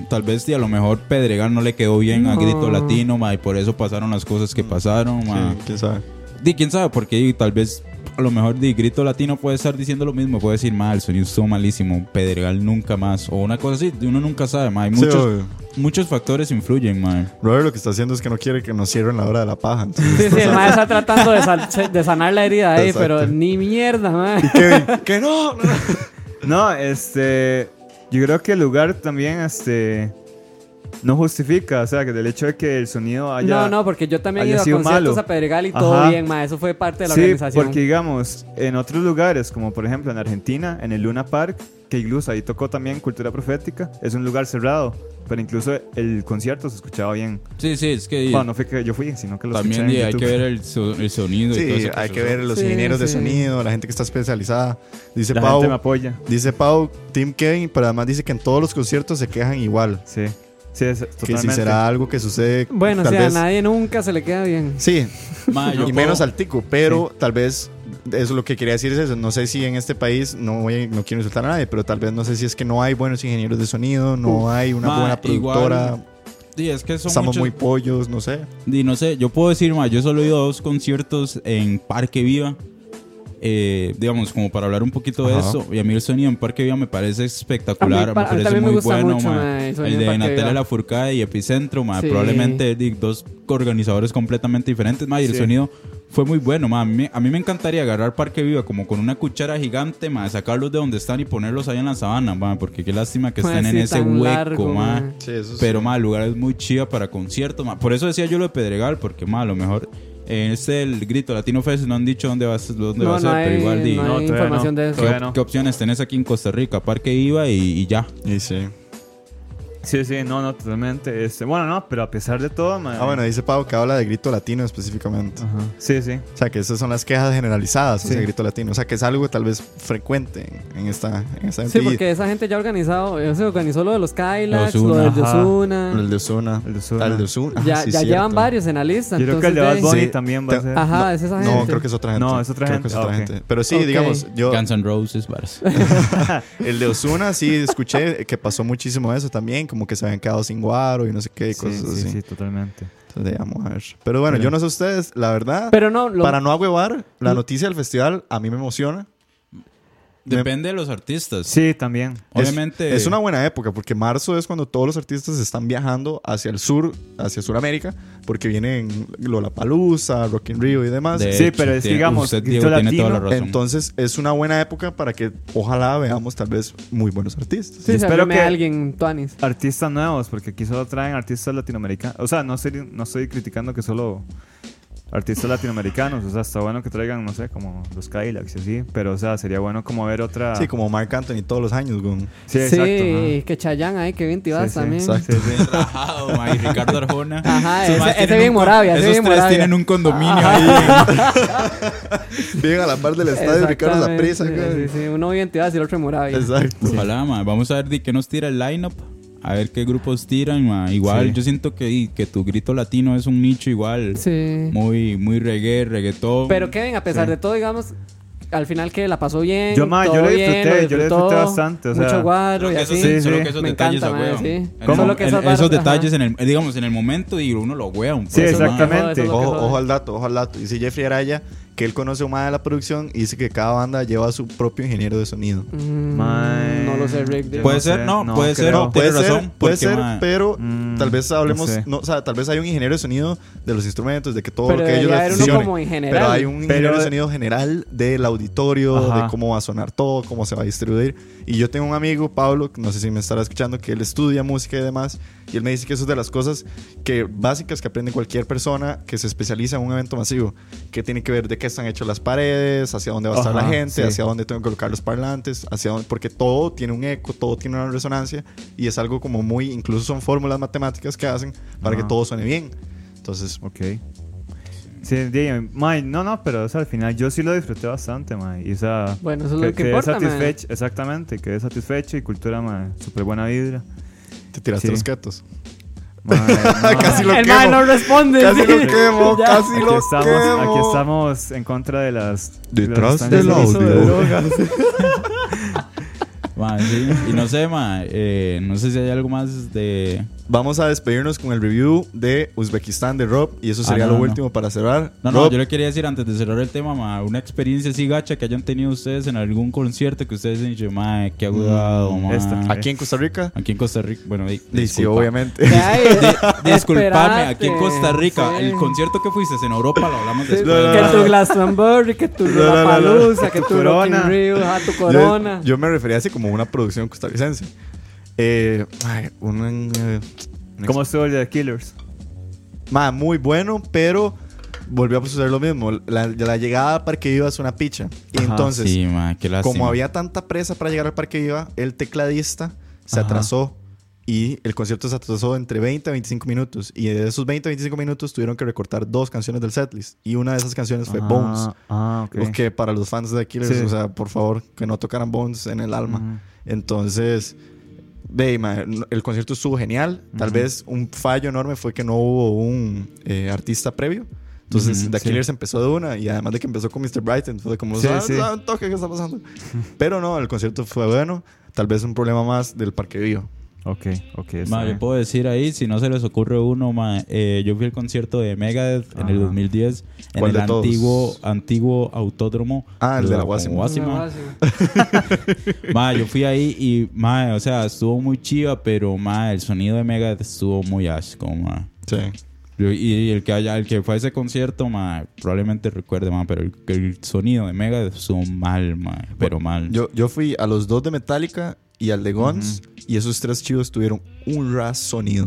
S7: tal vez y a lo mejor Pedregal no le quedó bien a
S6: No.
S7: Grito Latino, ma, y por eso pasaron las cosas que pasaron, ma.
S4: ah. Sí, quién sabe.
S7: Di, quién sabe, porque y tal vez a lo mejor de grito latino puede estar diciendo lo mismo, puede decir mal, el sonido estuvo malísimo, Pedregal nunca más, o una cosa así, uno nunca sabe, ma, hay
S4: Sí,
S7: muchos,
S4: obvio.
S7: muchos factores influyen, ma.
S4: Robert lo que está haciendo es que no quiere que nos cierren la hora de la paja.
S6: *laughs*
S4: entonces-
S6: Sí, sí, el mae está tratando de, sal- de sanar la herida ahí,
S4: Exacto.
S6: pero ni mierda, mae.
S4: Kevin, que no. no.
S5: No, este. Yo creo que el lugar también, este. No justifica, o sea, que del hecho de que el sonido haya.
S6: No, no, porque yo también he
S5: haya
S6: ido a
S5: sido
S6: conciertos
S5: malo.
S6: a Pedregal y todo
S5: Ajá.
S6: bien, mae. Eso fue parte de la
S5: Sí,
S6: organización.
S5: porque digamos, en otros lugares, como por ejemplo en Argentina, en el Luna Park, que incluso ahí tocó también Cultura Profética, es un lugar cerrado, pero incluso el concierto se escuchaba bien.
S7: Sí, sí, es que
S5: Bueno, no fue que yo fui, sino que lo
S7: también
S5: escuché
S7: di,
S5: en
S7: hay que
S5: YouTube.
S7: ver el, so- el sonido y todo
S4: Sí,
S7: eso
S4: hay que
S7: sucede.
S4: ver los
S6: Sí,
S4: ingenieros de
S6: sí.
S4: sonido, la gente que está especializada. Dice
S5: La
S4: Pau,
S5: gente me apoya.
S4: dice Pau, Team Kevin, pero además dice que en todos los conciertos se quejan igual.
S5: Sí, sí, es,
S4: Que
S5: totalmente.
S4: si será algo que sucede.
S6: Bueno, o
S4: tal
S6: sea,
S4: vez-
S6: a nadie nunca se le queda bien.
S4: Sí, *laughs*
S7: Ma,
S4: y
S7: yo puedo-
S4: menos al tico, pero tal vez eso lo que quería decir es eso. No sé si en este país, no voy, no quiero insultar a nadie, pero tal vez no sé si es que no hay buenos ingenieros de sonido, no hay una
S7: Ma,
S4: buena
S7: igual,
S4: productora,
S7: di, es que son
S4: estamos
S7: muchos-
S4: muy pollos, no sé.
S7: Y no sé, yo puedo decir, ma, yo solo he ido a dos conciertos en Parque Viva. Eh, digamos, como para hablar un poquito de
S4: Ajá.
S7: eso. Y a mí el sonido en Parque Viva me parece
S6: A
S7: espectacular.
S6: mí pa- a mí
S7: me parece
S6: también me
S7: muy
S6: gusta
S7: bueno,
S6: mucho,
S7: ma.
S6: ma, el
S7: El,
S6: sonido en
S7: de
S6: Parque
S7: Natalia
S6: Viva.
S7: Lafourcade y Epicentro, ma,
S6: Sí.
S7: probablemente di, dos organizadores completamente diferentes. Ma, y el
S5: Sí.
S7: sonido fue muy bueno. ma. A, mí, a mí me encantaría agarrar Parque Viva como con una cuchara gigante, ma, sacarlos de donde están y ponerlos ahí en la sabana. ma, porque qué lástima que
S6: Ma,
S7: estén en
S6: sí,
S7: ese
S6: tan
S7: hueco.
S6: largo,
S7: ma.
S6: ma.
S4: Sí, eso
S7: Pero, más lugares muy chiva para conciertos, ma. Por eso decía yo lo de Pedregal, porque, más a lo mejor en este el grito Latino Fest no han dicho dónde va a ser, dónde
S6: No,
S7: va a ser
S6: no hay,
S7: pero igual di,
S6: no
S5: No,
S6: hay
S5: todavía
S6: información
S5: no.
S6: de
S7: ¿qué,
S6: eso.
S5: Todavía no.
S7: qué opciones tenés aquí en Costa Rica? Parque Iba y, y ya.
S4: Y sí.
S5: Sí, sí, no, no, totalmente. Este, bueno, no, pero a pesar de todo, man.
S4: Ah, bueno, dice Pau que habla de grito latino específicamente.
S5: Ajá. Sí, sí.
S4: O sea, que esas son las quejas generalizadas, o
S5: Sí.
S4: sea, grito latino. O sea, que es algo tal vez frecuente en esta, en esta
S6: Sí,
S4: gente. Y
S6: porque esa gente ya ha organizado, ya se organizó lo de los Kylax,
S7: Los
S6: lo
S7: Una,
S6: del de
S5: ajá.
S6: Ozuna.
S4: El de Osuna.
S5: El de Ozuna.
S4: El de Ozuna.
S6: Ya,
S4: Ah, sí,
S6: ya
S4: cierto.
S6: llevan varios en la lista.
S5: Yo creo que el de Bad
S6: entonces,
S5: Bunny
S4: Sí.
S5: también va a
S4: Te-
S5: ser.
S6: Ajá, es esa gente.
S4: No, creo que es otra gente.
S5: No, es otra
S4: Creo que
S5: gente. Ah, ok.
S4: Pero sí,
S6: Ok.
S4: digamos, yo,
S7: Guns N' Roses, varas.
S4: El de Osuna
S6: *laughs*
S4: sí escuché que pasó muchísimo eso también, como que se habían quedado sin guaro y no sé qué, y
S5: Sí,
S4: cosas
S5: sí,
S4: así.
S5: sí, totalmente.
S4: Entonces, ya, vamos a ver. Pero bueno, yo no sé ustedes, la verdad,
S6: Pero no, lo-
S4: para no agüevar, la noticia del festival a mí me emociona.
S7: *laughs* Depende de los artistas.
S5: Sí, también.
S4: Es-
S7: Obviamente.
S4: Es, una buena época porque marzo es cuando todos los artistas están viajando hacia el sur, hacia Sudamérica, porque vienen Lollapalooza, Rock in Rio y demás.
S7: de
S5: Sí,
S7: hecho,
S5: pero es,
S7: tiene-
S5: digamos,
S7: usted,
S5: grito
S7: Diego, tiene toda la
S5: latino,
S7: razón. *laughs*
S4: Entonces es una buena época para que ojalá veamos tal vez muy buenos artistas.
S6: Sí,
S5: Espero
S6: espero que
S5: que-
S6: alguien, Tuanis.
S5: Artistas nuevos, porque aquí solo traen artistas latinoamericanos. O sea, no estoy, no estoy criticando que solo artistas latinoamericanos. O sea, está bueno que traigan, no sé, como los Cadillacs y así. Pero, o sea, sería bueno como ver otra.
S7: Ah.
S4: Sí, como Mark Anthony todos los años, güey.
S5: Sí,
S6: sí,
S5: exacto. ajá.
S6: que Chayanne ahí, que 20
S5: Sí, sí,
S6: también.
S5: exacto.
S7: Bien rajado, ma, y Ricardo Arjona.
S6: Ajá,
S7: Esos
S6: ese-
S7: más
S6: ese
S7: tienen
S6: bien
S7: un-
S6: Moravia, ese
S7: Esos
S6: bien
S7: tres
S6: Moravia.
S7: tienen un condominio
S6: *laughs*
S7: ahí.
S4: Viven a la par del estadio Ricardo Zaprisa,
S6: Exactamente,
S4: güey.
S6: Sí, sí, uno bien tirado y el otro en Moravia.
S4: Exacto.
S7: Ojalá, ma, Vamos a ver de qué nos tira el lineup. A ver qué grupos tiran, ma. Igual,
S5: Sí.
S7: yo siento que, y que tu grito latino es un nicho igual.
S6: Sí.
S7: Muy, muy reggae, reggaetón.
S6: Pero Kevin, a pesar de todo, digamos, al final que la pasó bien.
S5: Yo, ma, yo
S6: todo
S5: le
S6: bien,
S5: disfruté,
S6: lo
S5: yo le
S6: disfrutó,
S5: disfruté bastante, o sea,
S6: mucho guaro
S7: Solo
S6: y
S7: que
S6: así.
S7: esos,
S5: Sí,
S7: solo
S5: sí.
S7: que esos
S6: Me
S7: detalles
S6: encanta,
S7: a
S6: ma,
S7: huevo.
S6: sí.
S7: En
S6: ¿Cómo?
S7: el-
S6: Solo que
S7: en-
S6: esas
S7: esos
S6: barras,
S7: detalles,
S6: ajá.
S7: en el, digamos, en el momento y uno lo huea un
S5: Sí,
S7: poco, ma.
S5: exactamente.
S4: Ojo, ojo al dato, ojo al dato. Dice Jeffrey Araya que él conoce un mae de la producción y dice que cada banda lleva a su propio ingeniero de sonido.
S5: Mae.
S6: No lo sé, Rick. de-
S5: Yo
S7: Puede
S5: no
S7: ser,
S5: sé,
S7: no,
S5: no
S7: puede ser,
S5: creo.
S7: no,
S4: puede
S7: tiene
S4: ser,
S7: razón,
S4: puede
S7: porque,
S4: ser,
S7: ma,
S4: pero
S5: Mm,
S4: tal vez hablemos,
S5: no
S4: no
S5: sé.
S4: o sea, tal vez hay un ingeniero de sonido de los instrumentos, de que todo
S6: Pero
S4: lo que ellos
S6: debería haber uno
S4: decisionen.
S6: como en general.
S4: Pero hay un ingeniero
S5: Pero-
S4: de sonido general del auditorio,
S5: Ajá.
S4: de cómo va a sonar todo, cómo se va a distribuir. Y yo tengo un amigo, Pablo, que no sé si me estará escuchando, que él estudia música y demás, y él me dice que eso es de las cosas que básicas que aprende cualquier persona que se especializa en un evento masivo, que tiene que ver de qué están hechas las paredes, hacia dónde va a estar la
S5: Ajá,
S4: gente,
S5: sí.
S4: hacia dónde tengo que colocar los parlantes, hacia dónde, porque todo tiene un eco, todo tiene una resonancia y es algo como muy, incluso son fórmulas matemáticas que hacen para
S5: Ajá.
S4: que todo suene bien. Entonces,
S5: Ok. Sí, di- mae, no, no, pero o sea, al final yo sí lo disfruté bastante, mae. Y, o sea,
S6: Bueno, eso es lo que
S5: quedé
S6: importa, mae.
S5: satisfecho, Exactamente, quedé satisfecho y cultura, mae. Súper
S4: *laughs*
S5: buena vibra.
S4: te tiraste
S5: Sí.
S4: los ketos.
S5: Mae, no.
S4: Casi lo
S6: el mae
S4: quemo.
S6: no responde.
S4: Casi
S6: sí.
S4: lo quemo,
S6: Ya.
S4: casi
S5: Aquí
S4: lo
S5: estamos,
S4: quemo.
S5: aquí estamos en contra de las.
S4: Detrás
S5: las
S4: del
S5: sustancias
S4: audio.
S5: ilícitas.
S4: *laughs*
S7: ma, sí. Y no sé, ma, eh, no sé si hay algo más de...
S4: Vamos a despedirnos con el review de Uzbekistán de Rob y eso
S7: Ah,
S4: sería
S7: no,
S4: lo
S7: no.
S4: último para cerrar.
S7: No, no,
S4: Rob,
S7: yo le quería decir antes de cerrar el tema, ma, una experiencia así gacha que hayan tenido ustedes en algún concierto que ustedes han dicho, ma, qué agudado,
S6: Mm,
S7: ma.
S5: esta.
S4: aquí en Costa Rica.
S7: Aquí en Costa Rica, bueno, di-
S4: Sí, sí,
S7: disculpa.
S4: obviamente. *laughs*
S6: Ay,
S7: Di- *laughs* Disculpame,
S6: espérate,
S7: aquí en Costa Rica,
S6: sí.
S7: el concierto que fuiste en Europa lo hablamos
S6: Sí,
S7: después.
S6: que tu Glastonbury, que tu
S4: no, no, no.
S6: Lollapalooza, que
S5: Tu
S6: tu Rock in
S5: corona.
S6: Rio, ajá, tu
S4: Yo-
S6: corona.
S4: Yo, me refería así como una producción costarricense. Eh, ay, un, eh, un
S5: ¿Cómo estuvo el de The Killers?
S4: Ma, muy bueno, pero volvió a suceder lo mismo. La, la llegada al Parque Viva es una picha. Y
S5: Ajá,
S4: entonces,
S7: sí, ma,
S5: Ah,
S7: qué lástima.
S4: como había tanta presa para llegar al Parque Viva, el tecladista se
S7: Ajá.
S4: atrasó. Y el concierto se atrasó entre 20 a 25 minutos. Y de esos 20 a 25 minutos tuvieron que recortar dos canciones del setlist. Y una de esas canciones fue
S5: Ah,
S4: Bones.
S5: Ah, ok.
S4: Lo que para los fans de The Killers,
S5: Sí.
S4: o sea, por favor, que no tocaran Bones en el alma.
S5: Ujú.
S4: Entonces, ve, ma, el concierto estuvo genial. Tal vez un fallo enorme fue que no hubo un eh, artista previo. Entonces,
S7: Ujú,
S4: The
S7: sí.
S4: Killers empezó de una y además de que empezó con Mr. Brighton, fue como,
S5: Sí,
S4: "Ah,
S5: sí.
S4: ah, un toque, ¿qué está pasando? *laughs* Pero no, el concierto fue bueno. Tal vez un problema más del Parque Vivo.
S5: Ok, ok. está
S7: Ma, yo
S5: bien.
S7: puedo decir ahí, si no se les ocurre uno, ma, eh, yo fui al concierto de Megadeth en el
S5: Ajá.
S7: 2010 en
S4: ¿Cuál
S7: el
S4: de todos?
S7: antiguo, antiguo autódromo.
S4: Ah, el de la
S7: con
S4: Guasima.
S7: Guasima. Ma, yo fui ahí y, ma, o sea, estuvo muy chiva, pero, ma, el sonido de Megadeth estuvo muy asco, ma.
S4: Sí.
S7: Yo- Y el que, haya, el que fue a ese concierto, ma, probablemente recuerde, ma, pero el, el sonido de Megadeth estuvo mal, ma, pero mal.
S4: Yo, yo fui a los dos de Metallica y al de Guns y esos tres chivos tuvieron un ras sonido.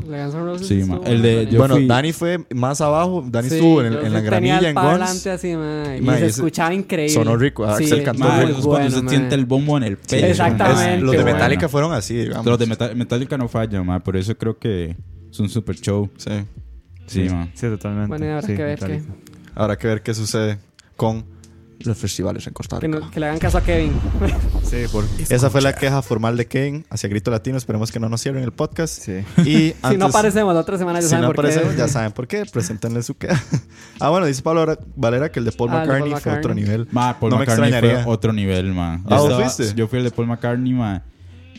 S7: Sí, ma, el de- Yo
S4: bueno,
S7: fui-
S4: Dani fue más abajo. Dani estuvo en, el- en la granilla en Guns.
S6: Adelante así, ma, y
S4: Ma,
S6: se
S4: ese-
S6: escuchaba increíble.
S4: sonó rico, Axel cantó
S7: Ma,
S4: muy
S7: es Ah, cuando se siente el bombo en el pecho. ma.
S6: exactamente,
S4: Es-
S6: Ay,
S4: los
S6: qué
S4: de
S6: bueno.
S4: Metallica fueron así, digamos.
S7: Los de Meta- Metallica no fallan, ma, por eso creo que es un super show.
S4: Sí.
S7: Sí, ma.
S5: Sí, totalmente.
S6: Bueno, habrá
S5: Sí,
S6: que ver qué.
S5: Metallica.
S4: Habrá que ver qué sucede con los festivales en Costa
S6: Que,
S4: Rica.
S6: no- que le hagan caso a Kevin. *laughs*
S5: Sí, por.
S4: Esa fue la queja formal de Kane hacia Grito Latino. Esperemos que no nos cierren el podcast.
S5: Sí.
S4: Y
S6: si no
S4: antes-
S6: aparecemos la otra semana, ya
S4: si
S6: saben
S4: no
S6: por qué.
S4: aparecemos, ya saben por qué. Preséntenle su queja. *laughs* ah, bueno, dice Pablo Valera que el de Paul
S6: Ah, el de
S4: McCartney,
S6: Paul
S4: fue otro
S6: McCartney.
S4: nivel.
S7: Ma, Paul
S4: no me
S7: McCartney
S4: extrañaría.
S7: fue otro nivel, ma.
S4: Ah, ¿vos
S7: estaba-
S4: fuiste?
S7: Yo fui el de Paul McCartney, ma.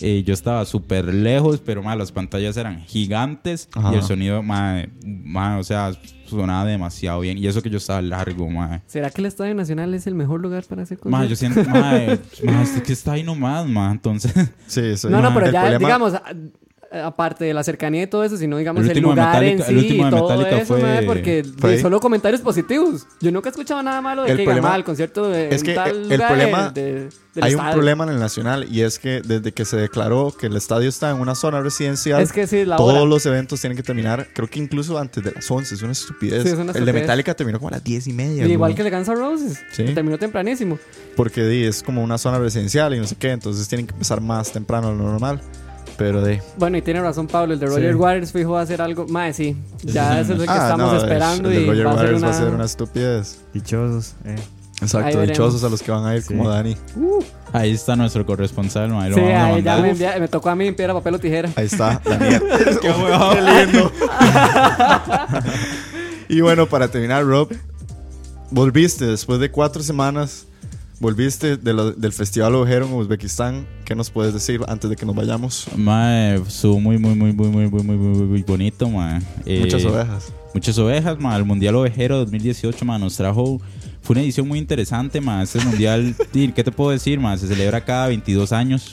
S7: eh, yo estaba súper lejos, pero ma, las pantallas eran gigantes
S4: Ajá.
S7: y el sonido, ma, ma, o sea, sonaba demasiado bien. Y eso que yo estaba largo, ma.
S6: *laughs* ¿Será que el Estadio Nacional es el mejor lugar para hacer
S7: Ma,
S6: conciertos?
S7: yo siento,
S6: *laughs*
S7: ma, eh, ma, usted que está ahí nomás, ma. Entonces, *laughs*
S4: Sí, sí.
S6: No, no,
S7: Ma,
S6: pero
S4: El
S6: ya,
S4: problema-
S6: digamos, eh, aparte de la cercanía y todo eso, sino digamos
S7: El
S6: el,
S7: último de
S6: lugar en
S7: Metallica-
S6: sí
S7: el último
S6: y
S7: de
S6: todo
S7: Metallica
S6: eso,
S7: fue-
S6: mae, porque
S4: fue
S6: de
S4: ahí.
S6: solo comentarios positivos. Yo nunca he escuchado nada malo de
S4: El
S6: que
S4: problema-
S6: problema, el concierto de
S4: es
S6: en
S4: que
S6: tal
S4: el
S6: lugar eh,
S4: problema-
S6: de- del
S4: Hay un
S6: estadio.
S4: problema en el Nacional y es que desde que se declaró que el estadio está en una zona residencial,
S6: Es que sí, la
S4: todos
S6: hora.
S4: los eventos tienen que terminar, creo que incluso antes de las 11, es una estupidez.
S6: Sí, es una
S4: El de
S6: estupidez.
S4: Metallica terminó como a las 10 y media.
S6: Y Igual
S4: güey,
S6: que el de Guns N' Roses,
S4: Sí.
S6: que terminó tempranísimo.
S4: Porque di, es como una zona residencial y no sé qué, entonces tienen que empezar más temprano de lo normal. Pero de...
S6: Bueno, y tiene razón Pablo, el de Roger Waters fijo va a hacer algo. Mae, sí, ya eso es lo que estamos
S4: ah, no, es-
S6: esperando.
S4: el de
S6: y
S4: Roger
S6: va a ser
S4: Waters
S6: una...
S4: va a ser una estupidez.
S5: Dichosos. Eh.
S6: Ahí
S4: Exacto,
S6: veremos.
S4: dichosos a los que van a ir como Dani.
S7: Ahí está nuestro corresponsal, ma, ahí lo
S6: Sí,
S7: vamos a
S6: ahí ya
S7: mandar.
S6: me, envía- me tocó a mí piedra, papel o tijera.
S4: Ahí *laughs* está, Daniel. y bueno, para terminar, Rob, volviste después de cuatro semanas, volviste de lo- del Festival Ovejero en Uzbekistán. ¿Qué nos puedes decir antes de que nos vayamos?
S7: Mae, eh, estuvo muy, muy, muy, muy, muy, muy, muy, muy, muy bonito, mae. Eh,
S4: Muchas ovejas.
S7: Muchas ovejas, ma. El Mundial Ovejero 2018, ma, nos trajo. Fue una edición muy interesante, ma. Este
S6: *laughs*
S7: mundial, di, ¿qué te puedo decir, ma? Se celebra cada 22 años.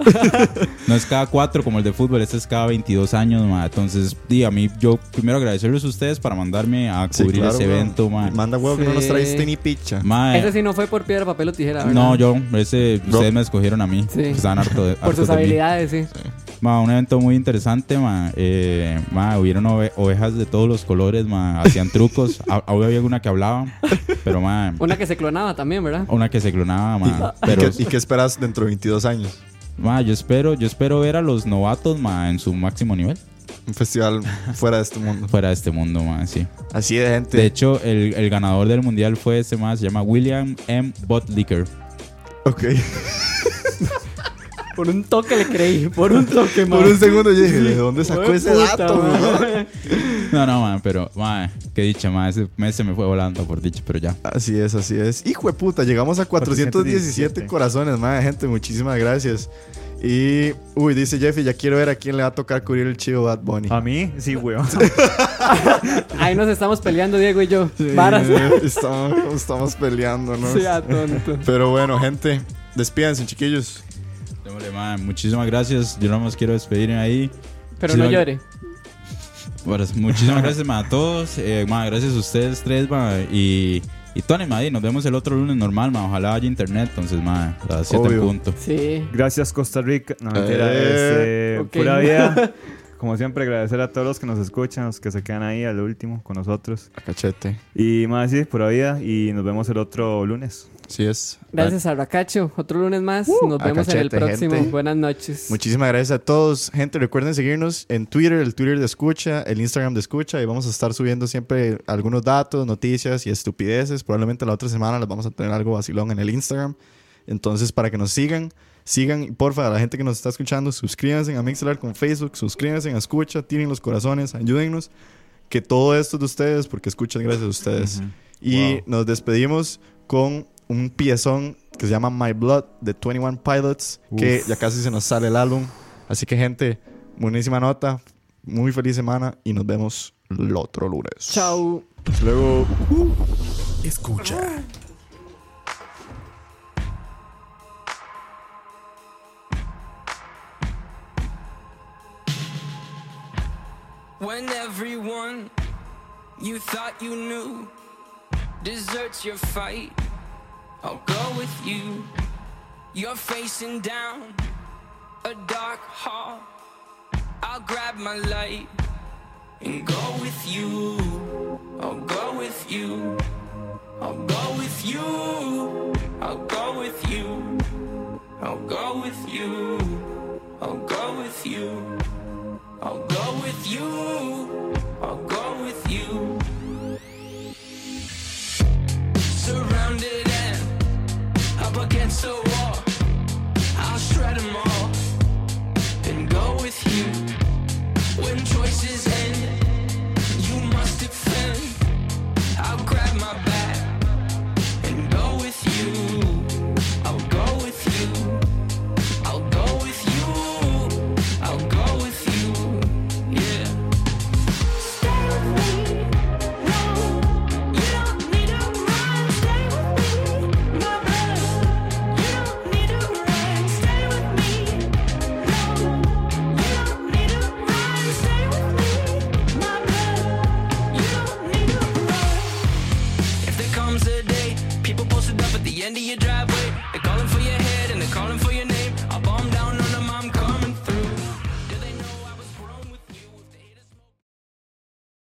S7: No es cada 4 como el de fútbol, este es cada 22 años, ma. Entonces, di, a mí, yo primero agradecerles a ustedes para mandarme a
S4: Sí,
S7: cubrir
S4: claro,
S7: ese
S4: bro.
S7: evento, ma.
S4: Manda huevo que no nos
S6: Sí.
S4: traíste ni picha.
S7: Ma, eh,
S6: Ese sí no fue por piedra, papel o tijera. ¿verdad?
S7: No, yo, ese,
S4: Bro.
S7: ustedes me escogieron a mí.
S6: Ah, Sí.
S7: que Estaban harto de,
S6: *laughs* Por
S7: hartos
S6: sus
S7: de mí.
S6: habilidades, sí.
S7: Ma, un evento muy interesante, ma. Eh, ma, hubieron ove- ovejas de todos los colores, ma. Hacían
S6: *laughs*
S7: trucos. A- Aún había una que hablaba, pero ma,
S6: Una que se clonaba también, ¿verdad?
S7: una que se
S6: *laughs*
S7: clonaba, ma.
S4: ¿Y,
S7: Pero,
S4: qué, y qué esperas dentro de 22 años?
S7: ma, yo espero, yo espero ver a los novatos, ma, en su máximo nivel.
S4: Un festival fuera de este mundo.
S7: Fuera de este mundo, ma, sí.
S4: Así de gente.
S7: De hecho, el, el ganador del mundial fue ese, ma. Se llama William M. Botlicker.
S6: *laughs*
S4: ok.
S6: Por un toque le creí, por un toque,
S4: Por un segundo yo dije, ¿de dónde sacó
S6: Hijo de
S4: ese
S6: puta,
S4: dato?
S6: man.
S4: bro?
S7: No, no, ma, pero, ma, qué dicha, ma. Ese mes se me fue volando, por dicha, pero ya.
S4: Así es, así es. Hijo de puta, llegamos a 417
S5: 417.
S4: corazones, madre gente, muchísimas gracias. Y, uy, dice Jeffy, ya quiero ver a quién le va a tocar cubrir el chivo Bad Bunny.
S6: Ah,
S5: A mí,
S4: *laughs*
S5: sí, weón.
S6: Ahí nos estamos peleando, Diego y yo. *laughs* Varas.
S4: Eh, estamos, estamos peleando, ¿no?
S6: *laughs* Sí, a tonto.
S4: Pero bueno, gente, despídanse, chiquillos.
S7: Démosle, ma, Muchísimas gracias. Yo nada más quiero despedirme ahí.
S6: Pero
S7: Sí,
S6: no
S7: no,
S6: llore.
S7: Bueno, muchísimas gracias ma, a todos. Eh, ma, gracias a ustedes tres. ma, y, y Tony, ma, y nos vemos el otro lunes normal. ma, ojalá haya internet. Entonces, ma, a las 7 en
S4: Obvio.
S7: punto.
S6: Sí.
S5: Gracias, Costa Rica. No, mentira.
S4: Eh,
S5: este,
S6: ok.
S5: Pura vida. Como siempre, agradecer a todos los que nos escuchan, los que se quedan ahí al último con nosotros.
S4: A cachete.
S5: Y más, sí, pura vida. Y nos vemos el otro lunes.
S4: Así es.
S6: Gracias a Racacho. Otro lunes más.
S7: Uh,
S6: Nos
S4: a
S6: vemos en el
S4: cachete,
S6: próximo.
S4: gente.
S6: Buenas noches.
S4: Muchísimas gracias a todos. Gente, recuerden seguirnos en Twitter, el Twitter de Escucha, el Instagram de Escucha. Y vamos a estar subiendo siempre algunos datos, noticias y estupideces. Probablemente la otra semana les vamos a tener algo vacilón en el Instagram. Entonces, para que nos sigan, sigan, y porfa, a la gente que nos está escuchando, suscríbanse a Mixlar con Facebook, suscríbanse a Escucha, tiren los corazones, ayúdennos. Que todo esto es de ustedes, porque escuchan gracias a ustedes. Y
S5: Wow.
S4: nos despedimos con un piezón que se llama My Blood de 21 Pilots, que
S5: Uf.
S4: ya casi se nos sale el álbum. Así que, gente, buenísima nota, muy feliz semana y nos vemos el otro lunes.
S6: Chao.
S4: Luego.
S3: Escucha.
S9: when everyone you thought you knew deserts your fight. I'll go with you. You're facing down a dark hall. I'll grab my light and go with you. I'll go with you. I'll go with you. I'll go with you. I'll go with you. I'll go with you. I'll go with you. I'll go with you. Surrounded and up against the